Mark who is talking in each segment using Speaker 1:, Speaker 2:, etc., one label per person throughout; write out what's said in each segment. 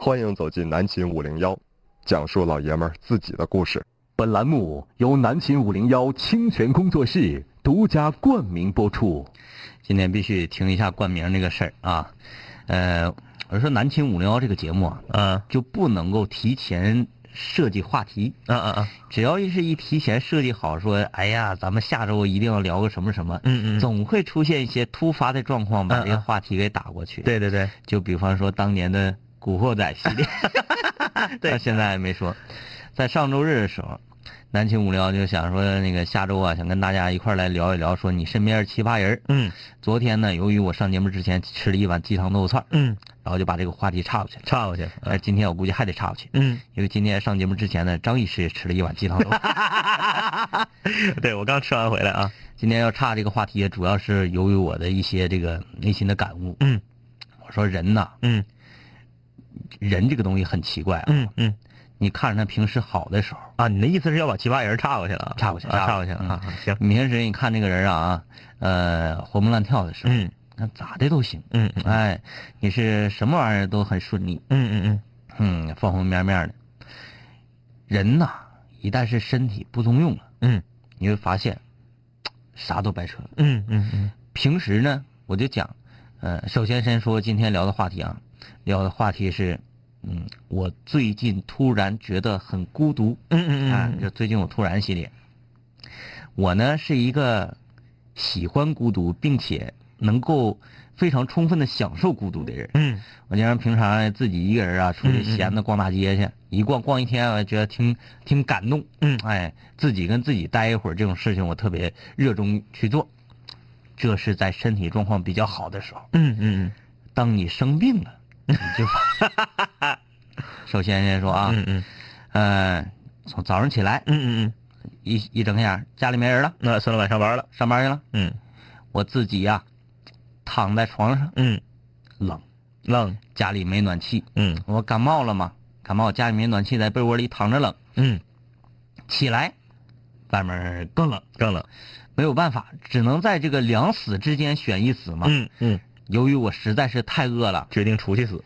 Speaker 1: 欢迎走进南秦五零幺，讲述老爷们儿自己的故事。
Speaker 2: 本栏目由南秦五零幺清泉工作室独家冠名播出。
Speaker 3: 今天必须听一下冠名这个事儿啊，呃，我说南秦五零幺这个节目啊，
Speaker 2: 嗯
Speaker 3: 就不能够提前设计话题，啊
Speaker 2: 嗯嗯嗯
Speaker 3: 只要一是一提前设计好说，哎呀，咱们下周一定要聊个什么什么，
Speaker 2: 嗯嗯，
Speaker 3: 总会出现一些突发的状况，把
Speaker 2: 嗯
Speaker 3: 这个
Speaker 2: 嗯
Speaker 3: 话题给打过去。，
Speaker 2: 对对对，
Speaker 3: 就比方说当年的《古惑仔》系列，
Speaker 2: 对
Speaker 3: 到现在还没说。在上周日的时候，南秦五聊就想说那个下周啊，想跟大家一块儿来聊一聊，说你身边的奇葩人儿。
Speaker 2: 嗯
Speaker 3: 昨天呢，由于我上节目之前吃了一碗鸡汤豆腐串儿，
Speaker 2: 嗯，
Speaker 3: 然后就把这个话题岔过去了。
Speaker 2: 插过去，
Speaker 3: 但是今天我估计还得岔过去，
Speaker 2: 嗯，
Speaker 3: 因为今天上节目之前呢，张医师也吃了一碗鸡汤豆腐。
Speaker 2: 对我刚吃完回来啊，
Speaker 3: 今天要岔这个话题，主要是由于我的一些这个内心的感悟。
Speaker 2: 嗯，
Speaker 3: 我说人呐，
Speaker 2: 嗯
Speaker 3: 人这个东西很奇怪啊。
Speaker 2: 嗯嗯，
Speaker 3: 你看着他平时好的时候，
Speaker 2: 啊，你的意思是要把奇葩人插过去了啊？
Speaker 3: 岔过去
Speaker 2: 啊，插过去了
Speaker 3: 嗯
Speaker 2: 啊，行，
Speaker 3: 平时你看这个人啊，呃，活蹦乱跳的时候，
Speaker 2: 嗯
Speaker 3: 那咋的都行。
Speaker 2: 嗯嗯
Speaker 3: 哎，你是什么玩意儿都很顺利，
Speaker 2: 嗯嗯
Speaker 3: 嗯，方方面面的。人呐，一旦是身体不中用了，
Speaker 2: 嗯
Speaker 3: 你会发现啥都白扯。
Speaker 2: 嗯嗯嗯
Speaker 3: 平时呢，我就讲，呃，首先先说今天聊的话题啊，聊的话题是，嗯，我最近突然觉得很孤独，
Speaker 2: 嗯
Speaker 3: 啊
Speaker 2: 嗯，
Speaker 3: 就最近我突然系列，我呢是一个喜欢孤独，并且能够非常充分的享受孤独的人。
Speaker 2: 嗯
Speaker 3: 我经常平常自己一个人啊，出去
Speaker 2: 嗯嗯
Speaker 3: 闲的逛大街去，一逛逛一天，啊我觉得挺挺感动。
Speaker 2: 嗯
Speaker 3: 哎，自己跟自己待一会儿这种事情，我特别热衷去做。这是在身体状况比较好的时候。
Speaker 2: 嗯嗯
Speaker 3: 当你生病了，你就 发首先先说啊，
Speaker 2: 嗯嗯
Speaker 3: 呃，从早上起来
Speaker 2: 嗯嗯，
Speaker 3: 一一睁眼，家里没人了，
Speaker 2: 那孙老板上班了，
Speaker 3: 上班去了。
Speaker 2: 嗯
Speaker 3: 我自己呀、躺在床上
Speaker 2: 嗯，
Speaker 3: 冷，
Speaker 2: 浪，
Speaker 3: 家里没暖气，
Speaker 2: 嗯
Speaker 3: 我感冒了嘛，感冒家里没暖气，在被窝里躺着冷。
Speaker 2: 嗯，
Speaker 3: 起来，外面更冷，
Speaker 2: 更冷，
Speaker 3: 没有办法，只能在这个两死之间选一死嘛。
Speaker 2: 嗯嗯，
Speaker 3: 由于我实在是太饿了，
Speaker 2: 决定出去死，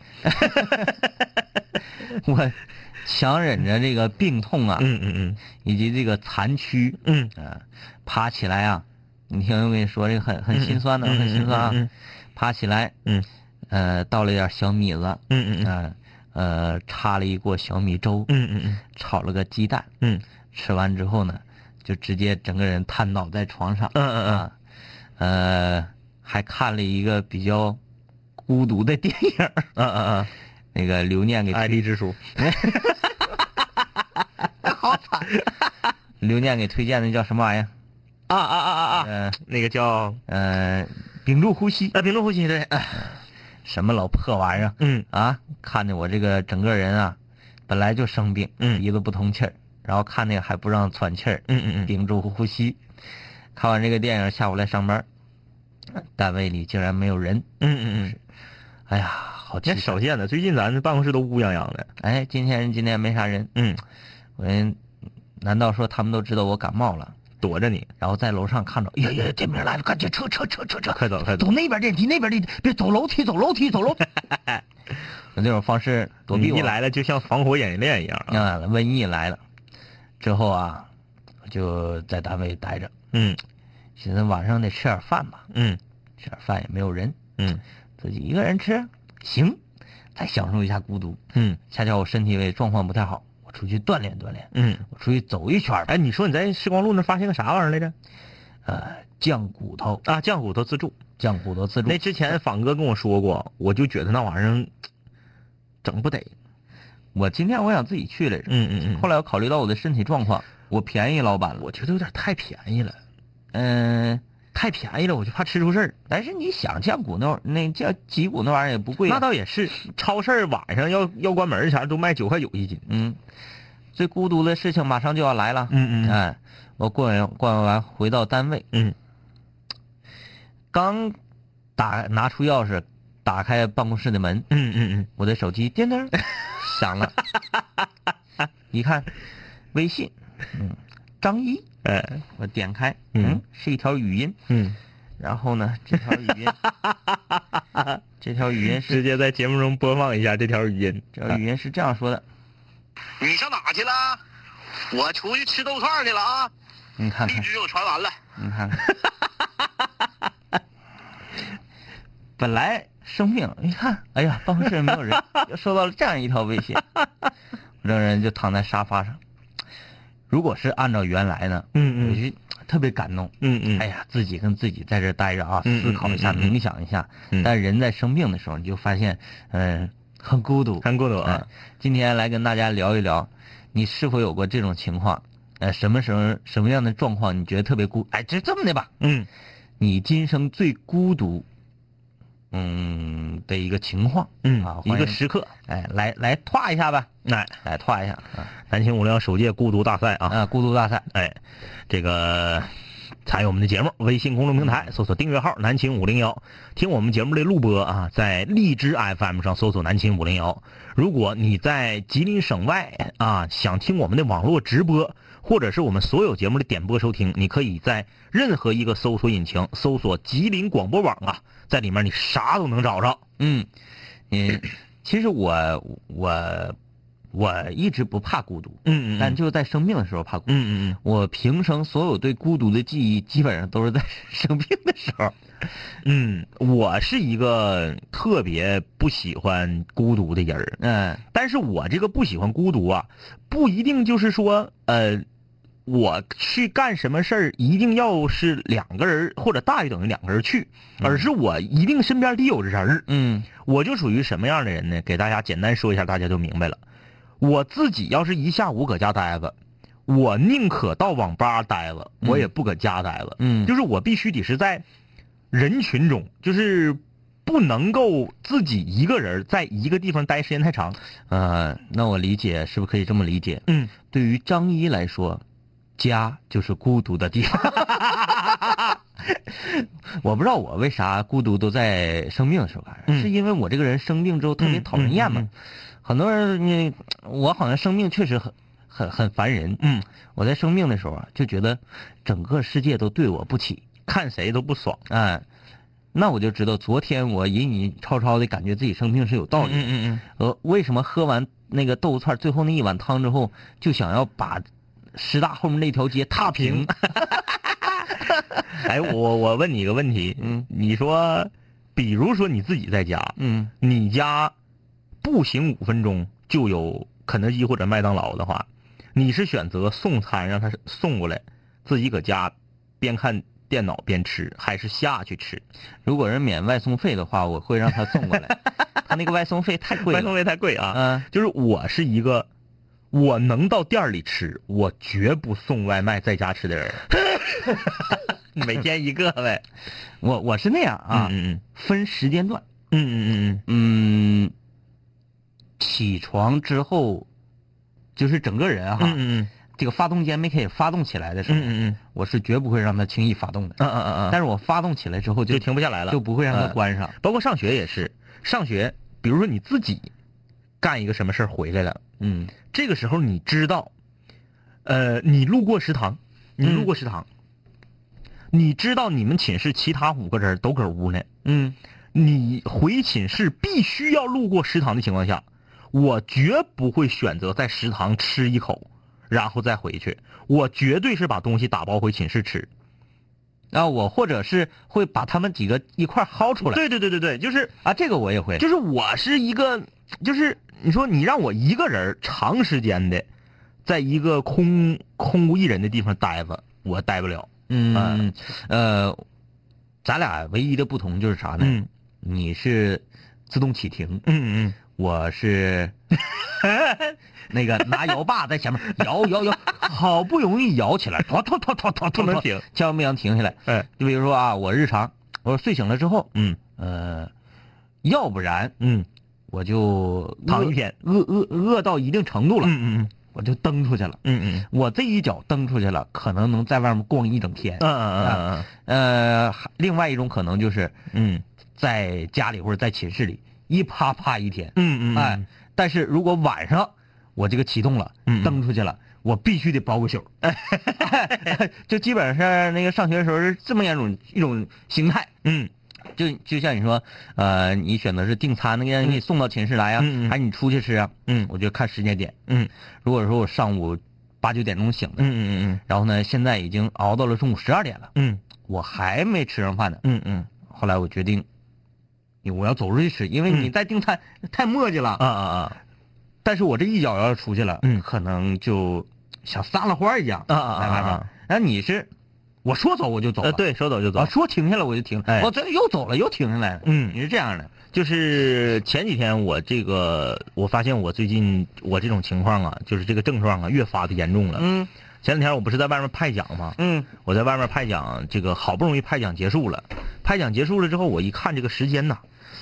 Speaker 3: 我 强忍着这个病痛啊，
Speaker 2: 嗯嗯嗯
Speaker 3: 以及这个残躯，
Speaker 2: 嗯，
Speaker 3: 呃，爬起来啊，你听我跟你说，这个很很
Speaker 2: 嗯
Speaker 3: 心酸的，
Speaker 2: 嗯
Speaker 3: 很心酸啊。
Speaker 2: 嗯嗯嗯
Speaker 3: 爬起来，
Speaker 2: 嗯，
Speaker 3: 呃，倒了点小米子，
Speaker 2: 嗯嗯
Speaker 3: 嗯、呃，插了一锅小米粥，
Speaker 2: 嗯嗯嗯
Speaker 3: 炒了个鸡蛋，
Speaker 2: 嗯
Speaker 3: 吃完之后呢，就直接整个人瘫倒在床上，
Speaker 2: 嗯嗯嗯，
Speaker 3: 啊，呃，还看了一个比较孤独的电影儿，
Speaker 2: 嗯嗯
Speaker 3: 那个留念给
Speaker 2: 嗯，爱
Speaker 3: 推
Speaker 2: 丽之书，
Speaker 3: 留念给推荐的叫什么玩意儿？
Speaker 2: 啊啊啊啊啊，
Speaker 3: 呃
Speaker 2: 那个叫
Speaker 3: 呃，屏住呼吸，哎
Speaker 2: 啊，屏住呼吸，对，
Speaker 3: 什么老破玩意儿
Speaker 2: 嗯
Speaker 3: 啊！看的我这个整个人啊，本来就生病，
Speaker 2: 嗯
Speaker 3: 鼻子不通气儿，然后看那个还不让喘气儿，
Speaker 2: 嗯嗯嗯，
Speaker 3: 屏住呼吸。看完这个电影，下午来上班，单位里竟然没有人，
Speaker 2: 嗯嗯嗯，
Speaker 3: 哎呀，好
Speaker 2: 你
Speaker 3: 气
Speaker 2: 看
Speaker 3: 手。
Speaker 2: 少见的，最近咱办公室都乌泱泱的，
Speaker 3: 哎，今天今天没啥人，
Speaker 2: 嗯，
Speaker 3: 我人难道说他们都知道我感冒了，
Speaker 2: 躲着你，
Speaker 3: 然后在楼上 看着，哎呀呀，这边来了，赶紧撤撤撤撤撤，
Speaker 2: 快走快走
Speaker 3: 走，那边电梯，那边电梯，别走楼梯，走楼梯，走楼 梯。用这种方式躲避
Speaker 2: 你
Speaker 3: 我。
Speaker 2: 一来了就像防火演练一样啊，
Speaker 3: 啊，瘟疫来了之后啊，我就在单位待着，
Speaker 2: 嗯
Speaker 3: 寻思晚上得吃点饭吧，
Speaker 2: 嗯
Speaker 3: 吃点饭也没有人，
Speaker 2: 嗯
Speaker 3: 自己一个人吃行，再享受一下孤独。
Speaker 2: 嗯
Speaker 3: 恰巧我身体状况不太好，我出去锻炼锻炼，
Speaker 2: 嗯，
Speaker 3: 我出去走一圈儿吧，
Speaker 2: 哎，你说你在时光路那发现个啥玩意儿来着？
Speaker 3: 呃，降骨头，
Speaker 2: 啊，酱骨头自助。
Speaker 3: 降骨头自助
Speaker 2: 那。之前仿哥跟我说过，我就觉得那玩意儿嗯整不得。
Speaker 3: 我今天我想自己去来着，
Speaker 2: 嗯嗯
Speaker 3: 后来我考虑到我的身体状况，我便宜老板了
Speaker 2: 我。觉得有点太便宜了，
Speaker 3: 嗯、
Speaker 2: 太便宜了，我就怕吃出事儿。
Speaker 3: 但是你想降骨头，那降脊骨那玩意儿也不贵、啊。
Speaker 2: 那倒也是，超市儿晚上 要要关门儿啥都卖九块九一斤。
Speaker 3: 嗯，最孤独的事情马上就要来了。
Speaker 2: 嗯
Speaker 3: 哎，我逛完逛完回到单位，
Speaker 2: 嗯
Speaker 3: 刚打拿出钥匙，打开办公室的门，
Speaker 2: 嗯嗯
Speaker 3: 我的手机叮 叮响了，一看微信，嗯，张一，
Speaker 2: 嗯，哎
Speaker 3: 我点开，
Speaker 2: 嗯
Speaker 3: 嗯，是一条语音，
Speaker 2: 嗯
Speaker 3: 然后呢，这条语 音，这条语音是
Speaker 2: 直接在节目中播放一下这条语音。
Speaker 3: 这条语音是这样说
Speaker 2: 啊
Speaker 3: 的，
Speaker 4: 哎你上哪去了？我出去吃豆串儿去了啊！
Speaker 3: 你看
Speaker 4: 绿
Speaker 3: 看，
Speaker 4: 枝给我传完了。
Speaker 3: 你看看，本来生病，一看，哎呀，办公室没有人，又收到了这样一条微信，让人就躺在沙发上。如果是按照原来呢，我
Speaker 2: 嗯嗯
Speaker 3: 就特别感动。
Speaker 2: 嗯嗯，
Speaker 3: 哎呀，自己跟自己在这待着啊，
Speaker 2: 嗯
Speaker 3: 思考一下，
Speaker 2: 嗯嗯嗯
Speaker 3: 冥想一下。
Speaker 2: 嗯
Speaker 3: 但人在生病的时候，你就发现，嗯、很孤独。
Speaker 2: 看过的
Speaker 3: 哎
Speaker 2: 啊，
Speaker 3: 今天来跟大家聊一聊，你是否有过这种情况？呃，什么时候什么样的状况你觉得特别孤？哎，这这么的吧，
Speaker 2: 嗯
Speaker 3: 你今生最孤独，嗯的一个情况，
Speaker 2: 嗯
Speaker 3: 啊，，
Speaker 2: 一
Speaker 3: 欢
Speaker 2: 个
Speaker 3: 迎
Speaker 2: 时刻，
Speaker 3: 哎，来来跨一下吧，
Speaker 2: 哎，
Speaker 3: 来跨一下啊
Speaker 2: 南秦五零幺首届孤独大赛啊，
Speaker 3: 啊，孤独大赛，
Speaker 2: 哎，这个参与我们的节目，微信公众平
Speaker 3: 嗯
Speaker 2: 台搜索订阅号“南秦五零幺”，听我们节目的录播啊，在荔枝 FM 上搜索“南秦五零幺”。如果你在吉林省外啊，想听我们的网络直播，或者是我们所有节目的点播收听，你可以在任何一个搜索引擎搜索“吉林广播网”啊，在里面你啥都能找着。
Speaker 3: 嗯，你其实我我我一直不怕孤独，
Speaker 2: 嗯
Speaker 3: 但就在生病的时候怕孤独。
Speaker 2: 嗯嗯
Speaker 3: 我平生所有对孤独的记忆，基本上都是在生病的时候。
Speaker 2: 嗯嗯，我是一个特别不喜欢孤独的人儿。
Speaker 3: 嗯
Speaker 2: 但是我这个不喜欢孤独啊，不一定就是说，呃，我去干什么事儿一定要是两个人或者大于等于两个人去，而是我一定身边得有人儿。
Speaker 3: 嗯
Speaker 2: 我就属于什么样的人呢？给大家简单说一下，大家就明白了。我自己要是一下午搁家待着，我宁可到网吧待着，我也不搁家待着。
Speaker 3: 嗯
Speaker 2: 就是我必须得是在人群中，就是不能够自己一个人在一个地方待时间太长。
Speaker 3: 呃，那我理解是不是可以这么理解？
Speaker 2: 嗯，
Speaker 3: 对于张一来说，家就是孤独的地方。 我不知道我为啥孤独都在生病的时候干，
Speaker 2: 嗯
Speaker 3: 是因为我这个人生病之后特别
Speaker 2: 嗯
Speaker 3: 讨人厌嘛。
Speaker 2: 嗯嗯
Speaker 3: 很多人，你我好像生病确实很很很烦人。
Speaker 2: 嗯，
Speaker 3: 我在生病的时候啊，就觉得整个世界都对我不起。
Speaker 2: 看谁都不爽。
Speaker 3: 哎，那我就知道昨天我隐隐超超的感觉自己生病是有道理的。
Speaker 2: 嗯
Speaker 3: 呃，为什么喝完那个豆腐串最后那一碗汤之后，就想要把师大后面那条街踏平？
Speaker 2: 嗯。哎，我我问你一个问题，
Speaker 3: 嗯
Speaker 2: 你说，比如说你自己在家，
Speaker 3: 嗯
Speaker 2: 你家步行五分钟就有肯德基或者麦当劳的话，你是选择送餐让他送过来，自己搁家边看电脑边吃，还是下去吃？
Speaker 3: 如果是免外送费的话，我会让他送 过来。他那个外送费太贵
Speaker 2: 外送
Speaker 3: 了。
Speaker 2: 费太贵啊！
Speaker 3: 嗯
Speaker 2: 就是我是一个，我能到店儿里吃，我绝不送外卖在家吃的 人。每天一个呗。
Speaker 3: 我我是那样啊，
Speaker 2: 嗯
Speaker 3: 分时间段。
Speaker 2: 嗯嗯嗯
Speaker 3: 嗯，起床之后，就是整个人哈、
Speaker 2: 嗯
Speaker 3: 这个发动机还没开始发动起来的时候，
Speaker 2: 嗯
Speaker 3: 我是绝不会让它轻易发动的。
Speaker 2: 嗯嗯嗯
Speaker 3: 但是我发动起来之后就
Speaker 2: 就停不下来了
Speaker 3: 就不会让它
Speaker 2: 嗯
Speaker 3: 关上。
Speaker 2: 包括上学也是，上学比如说你自己干一个什么事儿回来了，
Speaker 3: 嗯
Speaker 2: 这个时候你知道，呃，你路过食堂，你路过食堂，你知道你们寝室其他五个人都搁屋呢，
Speaker 3: 嗯
Speaker 2: 你回寝室必须要路过食堂的情况下，我绝不会选择在食堂吃一口，然后再回去。我绝对是把东西打包回寝室吃。
Speaker 3: 啊，我或者是会把他们几个一块儿薅出来。
Speaker 2: 对对对对对，就是
Speaker 3: 啊，这个我也会。
Speaker 2: 就是我是一个，就是你说你让我一个人儿长时间的，在一个空空无一人的地方待着，我待不了。
Speaker 3: 嗯呃，咱俩唯一的不同就是啥呢？你是自动启停，
Speaker 2: 嗯嗯，
Speaker 3: 我是 那个拿摇把在前面 摇摇摇，好不容易摇起 来，突突突突突突
Speaker 2: 不能停，
Speaker 3: 千万不想停下来。
Speaker 2: 哎，
Speaker 3: 就比如说啊，我日常，我睡醒了之后，
Speaker 2: 嗯
Speaker 3: 呃，要不然
Speaker 2: 嗯
Speaker 3: 我就
Speaker 2: 躺
Speaker 3: 饿
Speaker 2: 一天，
Speaker 3: 饿饿饿到一定程度了，
Speaker 2: 嗯嗯
Speaker 3: 我就蹬出去了。
Speaker 2: 嗯嗯
Speaker 3: 我这一脚蹬出去了，可能能在外面逛一整天。
Speaker 2: 嗯嗯
Speaker 3: 呃，还另外一种可能就是
Speaker 2: 嗯
Speaker 3: 在家里或者在寝室里一趴趴一天。
Speaker 2: 嗯嗯，
Speaker 3: 哎哎，但是如果晚上我这个启动了，
Speaker 2: 嗯嗯
Speaker 3: 蹬出去了，
Speaker 2: 我必须得包个宿儿。
Speaker 3: 就基本上那个上学的时候是这么样一种一种心态，
Speaker 2: 嗯
Speaker 3: 就就像你说，呃，你选择是订餐，那个让你送到寝室来啊，
Speaker 2: 嗯嗯
Speaker 3: 还是你出去吃啊？
Speaker 2: 嗯
Speaker 3: 我就看时间点。
Speaker 2: 嗯
Speaker 3: 如果说我上午八九点钟醒
Speaker 2: 嗯
Speaker 3: 的，
Speaker 2: 嗯
Speaker 3: 然后呢，现在已经熬到了中午十二点了，
Speaker 2: 嗯
Speaker 3: 我还没吃上饭呢。
Speaker 2: 嗯嗯嗯
Speaker 3: 后来我决定，我要走出去吃，因为你
Speaker 2: 嗯
Speaker 3: 再订餐、太磨叽了。
Speaker 2: 啊啊啊
Speaker 3: 但是我这一脚要是出去了，
Speaker 2: 嗯
Speaker 3: 可能就像撒了欢儿一样
Speaker 2: 啊啊
Speaker 3: 在外
Speaker 2: 啊
Speaker 3: 面
Speaker 2: 啊！
Speaker 3: 那你是，我说走我就走了，
Speaker 2: 呃，对，说走就走
Speaker 3: 啊，。说停下来我就停，
Speaker 2: 哎
Speaker 3: 我这又走了又停下来了，
Speaker 2: 嗯
Speaker 3: 你是这样的，
Speaker 2: 就是前几天我这个，我发现我最近我这种情况啊，就是这个症状啊，越发的严重了。
Speaker 3: 嗯
Speaker 2: 前两天我不是在外面派奖吗？
Speaker 3: 嗯
Speaker 2: 我在外面派奖，这个好不容易派奖结束了，派奖结束了之后，我一看这个时间呐，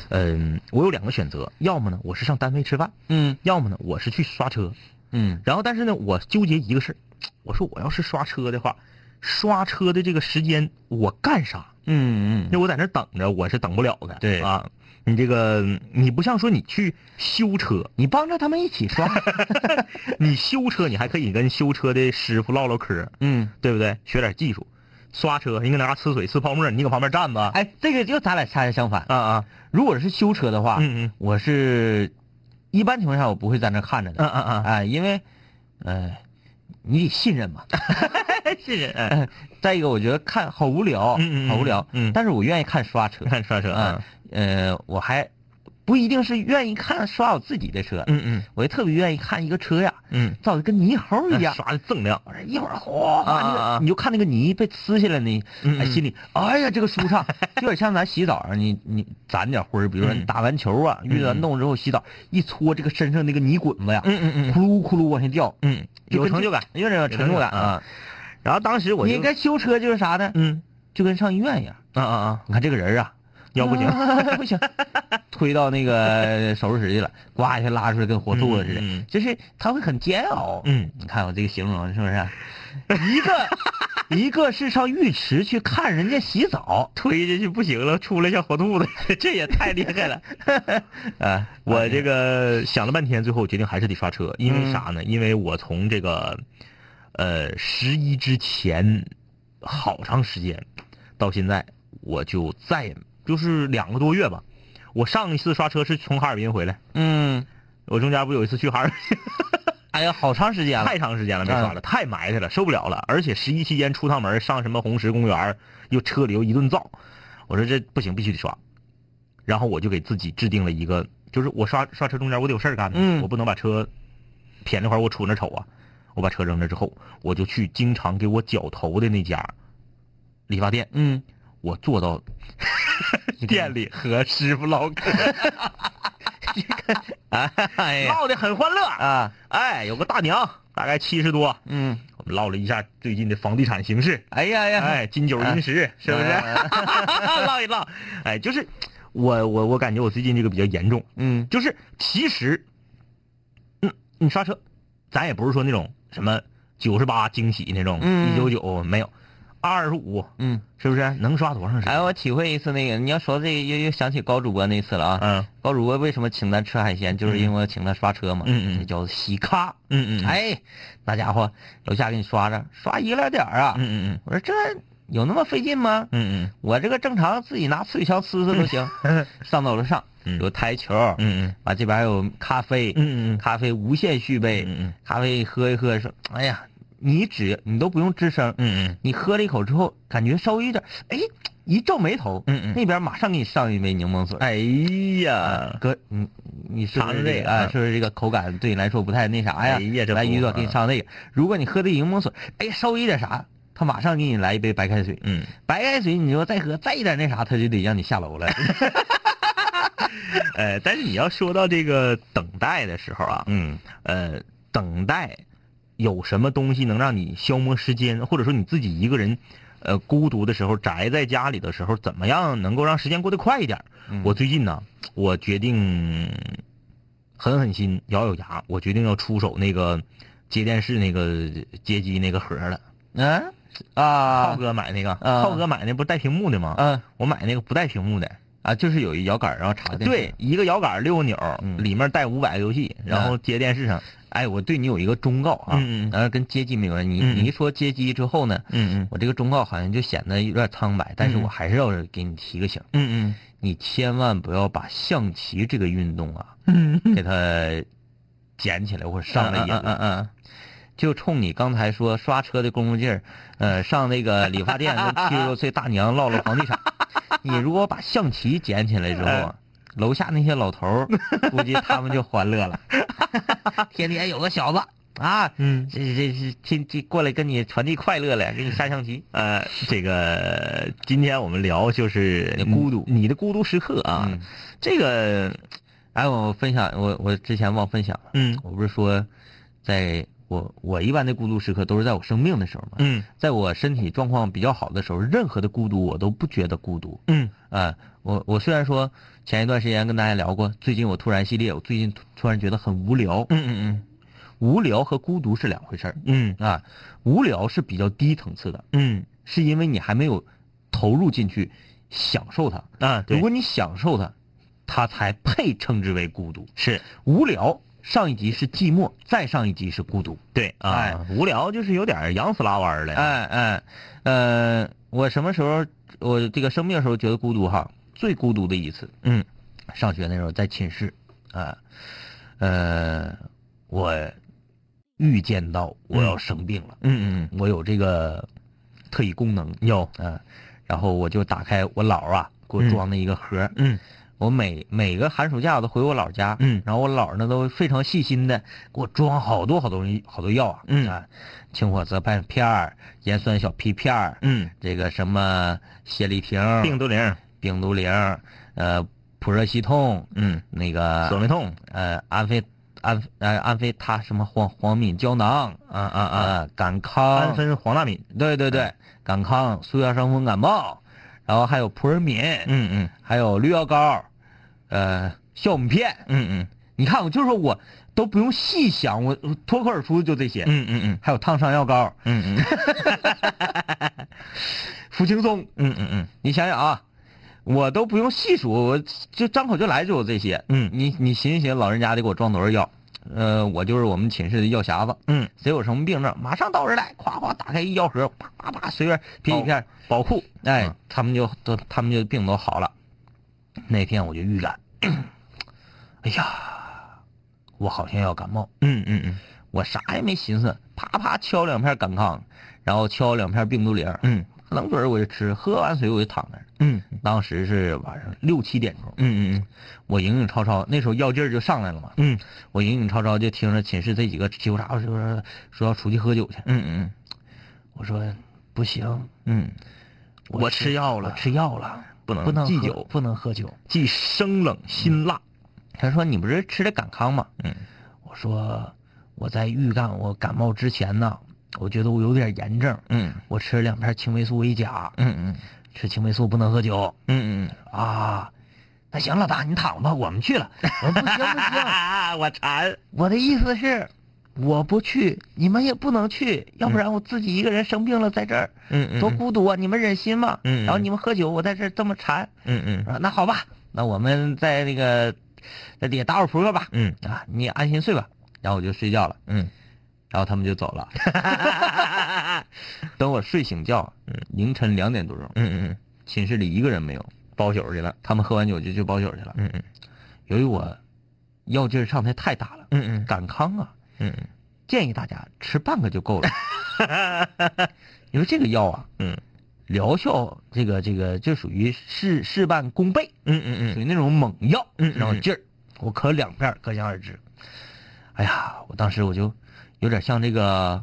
Speaker 2: 嗯、我有两个选择，要么呢我是上单位吃饭，
Speaker 3: 嗯
Speaker 2: 要么呢我是去刷车。
Speaker 3: 嗯
Speaker 2: 然后但是呢，我纠结一个事儿，我说我要是刷车的话，刷车的这个时间我干啥？
Speaker 3: 嗯
Speaker 2: 那我在那儿等着，我是等不了的。
Speaker 3: 对
Speaker 2: 啊，你这个你不像说你去修车，
Speaker 3: 你帮着他们一起 刷，
Speaker 2: 你修车你还可以跟修车的师傅唠唠嗑，
Speaker 3: 嗯，
Speaker 2: 对不对？学点技术。刷车，你搁那嘎呲水呲泡沫，你搁旁边站吧。
Speaker 3: 哎，这个就咱俩恰恰相反，
Speaker 2: 啊啊，
Speaker 3: 如果是修车的话，
Speaker 2: 嗯嗯
Speaker 3: 我是一般情况下我不会在那儿看着的，
Speaker 2: 啊啊啊，
Speaker 3: 哎，因为，呃，你得信任嘛，
Speaker 2: 是人，哎，
Speaker 3: 再一个我觉得看好无聊，
Speaker 2: 嗯嗯嗯
Speaker 3: 好无聊，
Speaker 2: 嗯
Speaker 3: 但是我愿意看刷 车，
Speaker 2: 看刷车
Speaker 3: 啊
Speaker 2: 啊，，
Speaker 3: 呃，我还不一定是愿意看刷我自己的车，
Speaker 2: 嗯嗯
Speaker 3: 我就特别愿意看一个车呀，
Speaker 2: 嗯，
Speaker 3: 造的跟泥猴一样。
Speaker 2: 刷的锃亮，
Speaker 3: 我说一会儿哗，
Speaker 2: 啊啊啊
Speaker 3: 你就看那个泥被呲下来那，
Speaker 2: 嗯
Speaker 3: 哎
Speaker 2: 嗯
Speaker 3: 心里哎呀这个舒 畅，就有点像咱洗澡啊，你你攒点灰儿，比如说你
Speaker 2: 嗯
Speaker 3: 打完球啊，运完动之后洗澡，一搓这个身上那个泥滚子呀，
Speaker 2: 嗯嗯嗯
Speaker 3: 咕噜咕噜往下掉，
Speaker 2: 嗯，有
Speaker 3: 跟
Speaker 2: 成
Speaker 3: 这
Speaker 2: 就感。，
Speaker 3: 有点成就感
Speaker 2: 有成就感啊。然后当时我
Speaker 3: 你
Speaker 2: 就
Speaker 3: 应，该修车就是啥呢？
Speaker 2: 嗯
Speaker 3: 就跟上医院一样，
Speaker 2: 啊啊啊，
Speaker 3: 你看这个人啊，
Speaker 2: 腰不行，
Speaker 3: 啊 不行，推到那个手术室去了，呱一下拉出来跟活兔子似
Speaker 2: 嗯嗯
Speaker 3: 的
Speaker 2: 嗯，
Speaker 3: 就是他会很煎熬。
Speaker 2: 嗯
Speaker 3: 你看我这个形容是不是？一个一个是上浴池去看人家洗澡，
Speaker 2: 推进去不行了，出来像活兔子， 这也太厉害了。
Speaker 3: 啊，
Speaker 2: 我这个想了半天，最后我决定还是得刷车，因为啥呢？因为我从这个呃十一之前好长时间到现在，我就再也就是两个多月吧。我上一次刷车是从哈尔滨回来，
Speaker 3: 嗯，
Speaker 2: 我中间不有一次去哈尔滨，
Speaker 3: 哎呀，好长时间了嗯
Speaker 2: 太，长时间了没刷了，太埋汰了，受不了了。而且十一期间出趟门，上什么红石公园，又车里又一顿造，我说这不行，必须得刷。然后我就给自己制定了一个，就是我刷刷车中间我得有事儿干呢，
Speaker 3: 嗯
Speaker 2: 我不能把车撇那块儿我杵那瞅啊。我把车扔那之后，我就去经常给我绞头的那家理发店，
Speaker 3: 嗯，
Speaker 2: 我 坐到店里和师傅唠嗑，
Speaker 3: 哎呀
Speaker 2: 唠的很欢乐。
Speaker 3: 啊，
Speaker 2: 哎，有个大娘，大概七十多，
Speaker 3: 嗯，
Speaker 2: 我们唠了一下最近的房地产形势，
Speaker 3: 哎呀呀，
Speaker 2: 哎， 呃金九银十、是不是？ 唠一唠，哎，就是我我我感觉我最近这个比较严重，
Speaker 3: 嗯
Speaker 2: 就是其实，嗯，你刷车，咱也不是说那种什么九十八惊喜那种，
Speaker 3: 嗯
Speaker 2: 一九九没有，二十五
Speaker 3: 嗯，
Speaker 2: 是不是能刷多长时间？
Speaker 3: 哎，我体会一次那个，你要说这个又又想起高主播那次了啊，
Speaker 2: 嗯
Speaker 3: 高主播为什么请咱吃海鲜，就是因为请他刷车嘛，
Speaker 2: 嗯嗯嗯
Speaker 3: 这叫洗咖。
Speaker 2: 嗯嗯，，
Speaker 3: 哎，那家伙楼下给你刷着，刷一个来点儿啊。
Speaker 2: 嗯嗯
Speaker 3: 我说这有那么费劲吗？
Speaker 2: 嗯嗯
Speaker 3: 我这个正常自己拿刺激枪呲呲都行。上到楼上
Speaker 2: 嗯
Speaker 3: 有台球，
Speaker 5: 啊
Speaker 2: 嗯
Speaker 3: 完这边还有咖啡，
Speaker 2: 嗯嗯
Speaker 3: 咖啡无限续杯，
Speaker 2: 嗯嗯
Speaker 3: 咖啡喝一喝说，哎呀，你只你都不用吱声，
Speaker 2: 嗯
Speaker 3: 你喝了一口之后，感觉稍微有点，哎，一皱眉头，
Speaker 2: 嗯嗯
Speaker 3: 那边马上给你上一杯柠檬水。哎呀，哥，你你是不
Speaker 2: 尝
Speaker 3: 是
Speaker 2: 尝
Speaker 3: 这
Speaker 2: 这
Speaker 3: 个
Speaker 2: 个
Speaker 3: 啊？
Speaker 2: 嗯
Speaker 3: 是不是这个口感对你来说不太那啥呀？
Speaker 2: 哎呀这
Speaker 3: 来
Speaker 2: 不
Speaker 3: 于导
Speaker 2: 啊
Speaker 3: 给你上那个，如果你喝的柠檬水，哎，稍微一点啥，他马上给你来一杯白开水。
Speaker 2: 嗯
Speaker 3: 白开水，你说再喝再一点那啥，他就得让你下楼了。
Speaker 2: 嗯，呃，但是你要说到这个等待的时候啊，
Speaker 3: 嗯
Speaker 2: 呃，等待有什么东西能让你消磨时间，或者说你自己一个人，呃，孤独的时候，宅在家里的时候，怎么样能够让时间过得快一点？
Speaker 3: 嗯
Speaker 2: 我最近呢，我决定狠狠心，咬咬牙，我决定要出手那个接电视那个接机那个盒了。
Speaker 3: 嗯
Speaker 2: 浩
Speaker 3: 啊
Speaker 2: 哥买那个，
Speaker 3: 啊
Speaker 2: 浩哥买那不是带屏幕的吗？
Speaker 3: 嗯
Speaker 2: 我买那个不带屏幕的。
Speaker 3: 啊，就是有一摇杆，然后插个电视
Speaker 2: 对，一个摇杆儿六个钮儿，
Speaker 3: 嗯
Speaker 2: 里面带五百个游戏，然后接电视上。
Speaker 3: 哎，我对你有一个忠告啊，
Speaker 2: 嗯嗯
Speaker 3: 然后跟接机没有关系。你
Speaker 2: 嗯嗯
Speaker 3: 你一说接机之后呢，
Speaker 2: 嗯
Speaker 3: 我这个忠告好像就显得有点苍白，但是
Speaker 2: 嗯
Speaker 3: 我还是要给你提个醒，
Speaker 2: 嗯
Speaker 3: 你千万不要把象棋这个运动啊，
Speaker 2: 嗯嗯
Speaker 3: 给它捡起来或者上了瘾
Speaker 2: 嗯嗯嗯
Speaker 3: 了。就冲你刚才说刷车的功夫劲儿，呃，上那个理发店跟七十多岁大娘唠唠房地产。你如果把象棋捡起来之后
Speaker 2: 嗯
Speaker 3: 啊，楼下那些老头儿，估计他们就欢乐 了。天天有个小子啊，
Speaker 2: 嗯，
Speaker 3: 这这这这这过来跟你传递快乐来，给你下象棋。
Speaker 2: 呃，这个今天我们聊就是
Speaker 3: 你孤独
Speaker 2: 你的孤独时刻啊，
Speaker 3: 嗯
Speaker 2: 这个
Speaker 3: 哎，我分享，我我之前忘分享了，
Speaker 2: 嗯
Speaker 3: 我不是说，在我我一般的孤独时刻都是在我生病的时候嘛，
Speaker 2: 嗯
Speaker 3: 在我身体状况比较好的时候，任何的孤独我都不觉得孤独。
Speaker 2: 嗯
Speaker 3: 啊、我我虽然说前一段时间跟大家聊过，最近我突然系列，我最近突突然觉得很无聊，
Speaker 2: 嗯嗯
Speaker 3: 无聊和孤独是两回事儿
Speaker 2: 嗯
Speaker 3: 啊，无聊是比较低层次的，
Speaker 2: 嗯
Speaker 3: 是因为你还没有投入进去享受它。
Speaker 2: 嗯啊，
Speaker 3: 如
Speaker 2: 对
Speaker 3: 果你享受它，它才配称之为孤独。
Speaker 2: 是
Speaker 3: 无聊，上一集是寂寞，再上一集是孤独。
Speaker 2: 对啊、
Speaker 3: 哎
Speaker 2: 无聊就是有点羊死拉弯了，
Speaker 3: 哎哎，呃，我什么时候我这个生病的时候觉得孤独哈？最孤独的一次，
Speaker 2: 嗯，
Speaker 3: 上学那时候在寝室，啊，呃，我预见到我要生病了，
Speaker 2: 嗯嗯
Speaker 3: 我有这个特异功能，
Speaker 2: 嗯有
Speaker 3: 嗯、然后我就打开我姥儿啊给我
Speaker 2: 嗯
Speaker 3: 装的一个盒儿，
Speaker 2: 嗯
Speaker 3: 我每每个寒暑假我都回我姥家，
Speaker 2: 嗯
Speaker 3: 然后我姥呢都非常细心的给我装好多好多东西好多药啊，
Speaker 2: 嗯
Speaker 3: 啊，清火泽片片儿、盐酸小皮片儿，
Speaker 2: 嗯
Speaker 3: 这个什么泻立停、
Speaker 2: 病毒灵儿
Speaker 3: 病毒灵儿，呃，普热息痛，
Speaker 2: 嗯
Speaker 3: 那个
Speaker 2: 索雷痛
Speaker 3: 呃安非安呃安非他什么黄黄敏胶囊
Speaker 2: 啊啊啊，
Speaker 3: 啊，感康
Speaker 2: 安分嗯黄大敏，
Speaker 3: 对对对，感康、速效伤风感冒，然后还有普尔敏，
Speaker 2: 嗯嗯
Speaker 3: 还有绿药膏，呃，酵母片。
Speaker 2: 嗯嗯
Speaker 3: 你看，我就说我都不用细想，我我脱口而出就这些。
Speaker 2: 嗯嗯嗯
Speaker 3: 还有烫伤药膏、
Speaker 2: 嗯嗯
Speaker 3: 扶轻松，
Speaker 2: 嗯嗯嗯
Speaker 3: 你想想啊，我都不用细数，我就张口就来就有这些。
Speaker 2: 嗯
Speaker 3: 你你寻思寻思，老人家得给我装多少药？呃，我就是我们寝室的药匣子，
Speaker 2: 嗯，
Speaker 3: 谁有什么病症，马上到这儿来，夸夸打开一药盒，啪啪啪，随便撇几片，
Speaker 2: 宝库，
Speaker 3: 哎
Speaker 2: 嗯，
Speaker 3: 他们就都他们就病都好了。那天我就预感， 哎呀，我好像要感冒。
Speaker 2: 嗯嗯嗯
Speaker 3: 我啥也没寻思，啪啪敲两片感康，然后敲两片病毒灵，
Speaker 2: 嗯
Speaker 3: 冷水我就吃，喝完水我就躺那儿。
Speaker 2: 嗯
Speaker 3: 当时是晚上六七点钟，
Speaker 2: 嗯嗯
Speaker 3: 我影影绰绰，那时候药劲儿就上来了嘛。
Speaker 2: 嗯，
Speaker 3: 我影影绰绰就听着寝室这几个叽咕喳咕说说要出去喝酒去，
Speaker 2: 嗯嗯
Speaker 3: 我说不行，
Speaker 2: 嗯，我吃药了
Speaker 3: 我吃药了，
Speaker 2: 不能
Speaker 3: 不能
Speaker 2: 忌
Speaker 3: 喝
Speaker 2: 酒，
Speaker 3: 不能喝酒。
Speaker 2: 既生冷辛辣，
Speaker 3: 他说你不是吃的感康吗？
Speaker 2: 嗯，
Speaker 3: 我说我在预感我感冒之前呢，我觉得我有点炎症，
Speaker 2: 嗯
Speaker 3: 我吃了两片青霉素 A 加，
Speaker 2: 嗯嗯
Speaker 3: 吃青霉素不能喝酒
Speaker 2: 嗯嗯
Speaker 3: 啊。那行，老大你躺吧，我们 去了。我说不行不行，
Speaker 2: 啊，我馋，
Speaker 3: 我的意思是，我不去，你们也不能去，要不然我自己一个人生病了在这儿，
Speaker 2: 嗯嗯
Speaker 3: 多孤独啊！你们忍心吗？
Speaker 2: 嗯嗯
Speaker 3: 然后你们喝酒，我在这儿这么馋。
Speaker 2: 嗯嗯
Speaker 3: 啊，那好吧，那我们在那个在底下打会儿扑克吧。
Speaker 2: 嗯
Speaker 3: 啊，你安心睡吧。然后我就睡觉了，
Speaker 2: 嗯
Speaker 3: 然后他们就走了。 等我睡醒觉，凌晨两点多钟，
Speaker 2: 嗯嗯，
Speaker 3: 寝室里一个人没有，
Speaker 2: 包宿去了，
Speaker 3: 他们喝完酒就去包宿去了。
Speaker 2: 嗯嗯
Speaker 3: 由于我药劲儿上台太大了，
Speaker 2: 嗯
Speaker 3: 感康啊，
Speaker 2: 嗯
Speaker 3: 建议大家吃半个就够了， 因为这个药啊，
Speaker 2: 嗯，
Speaker 3: 疗效这个这个就属于事事半功倍，
Speaker 2: 嗯
Speaker 3: 属
Speaker 2: 嗯
Speaker 3: 于那种猛药，
Speaker 2: 嗯嗯
Speaker 3: 然后劲儿，我咳两片儿，可想而知。哎呀，我当时我就有点像这个，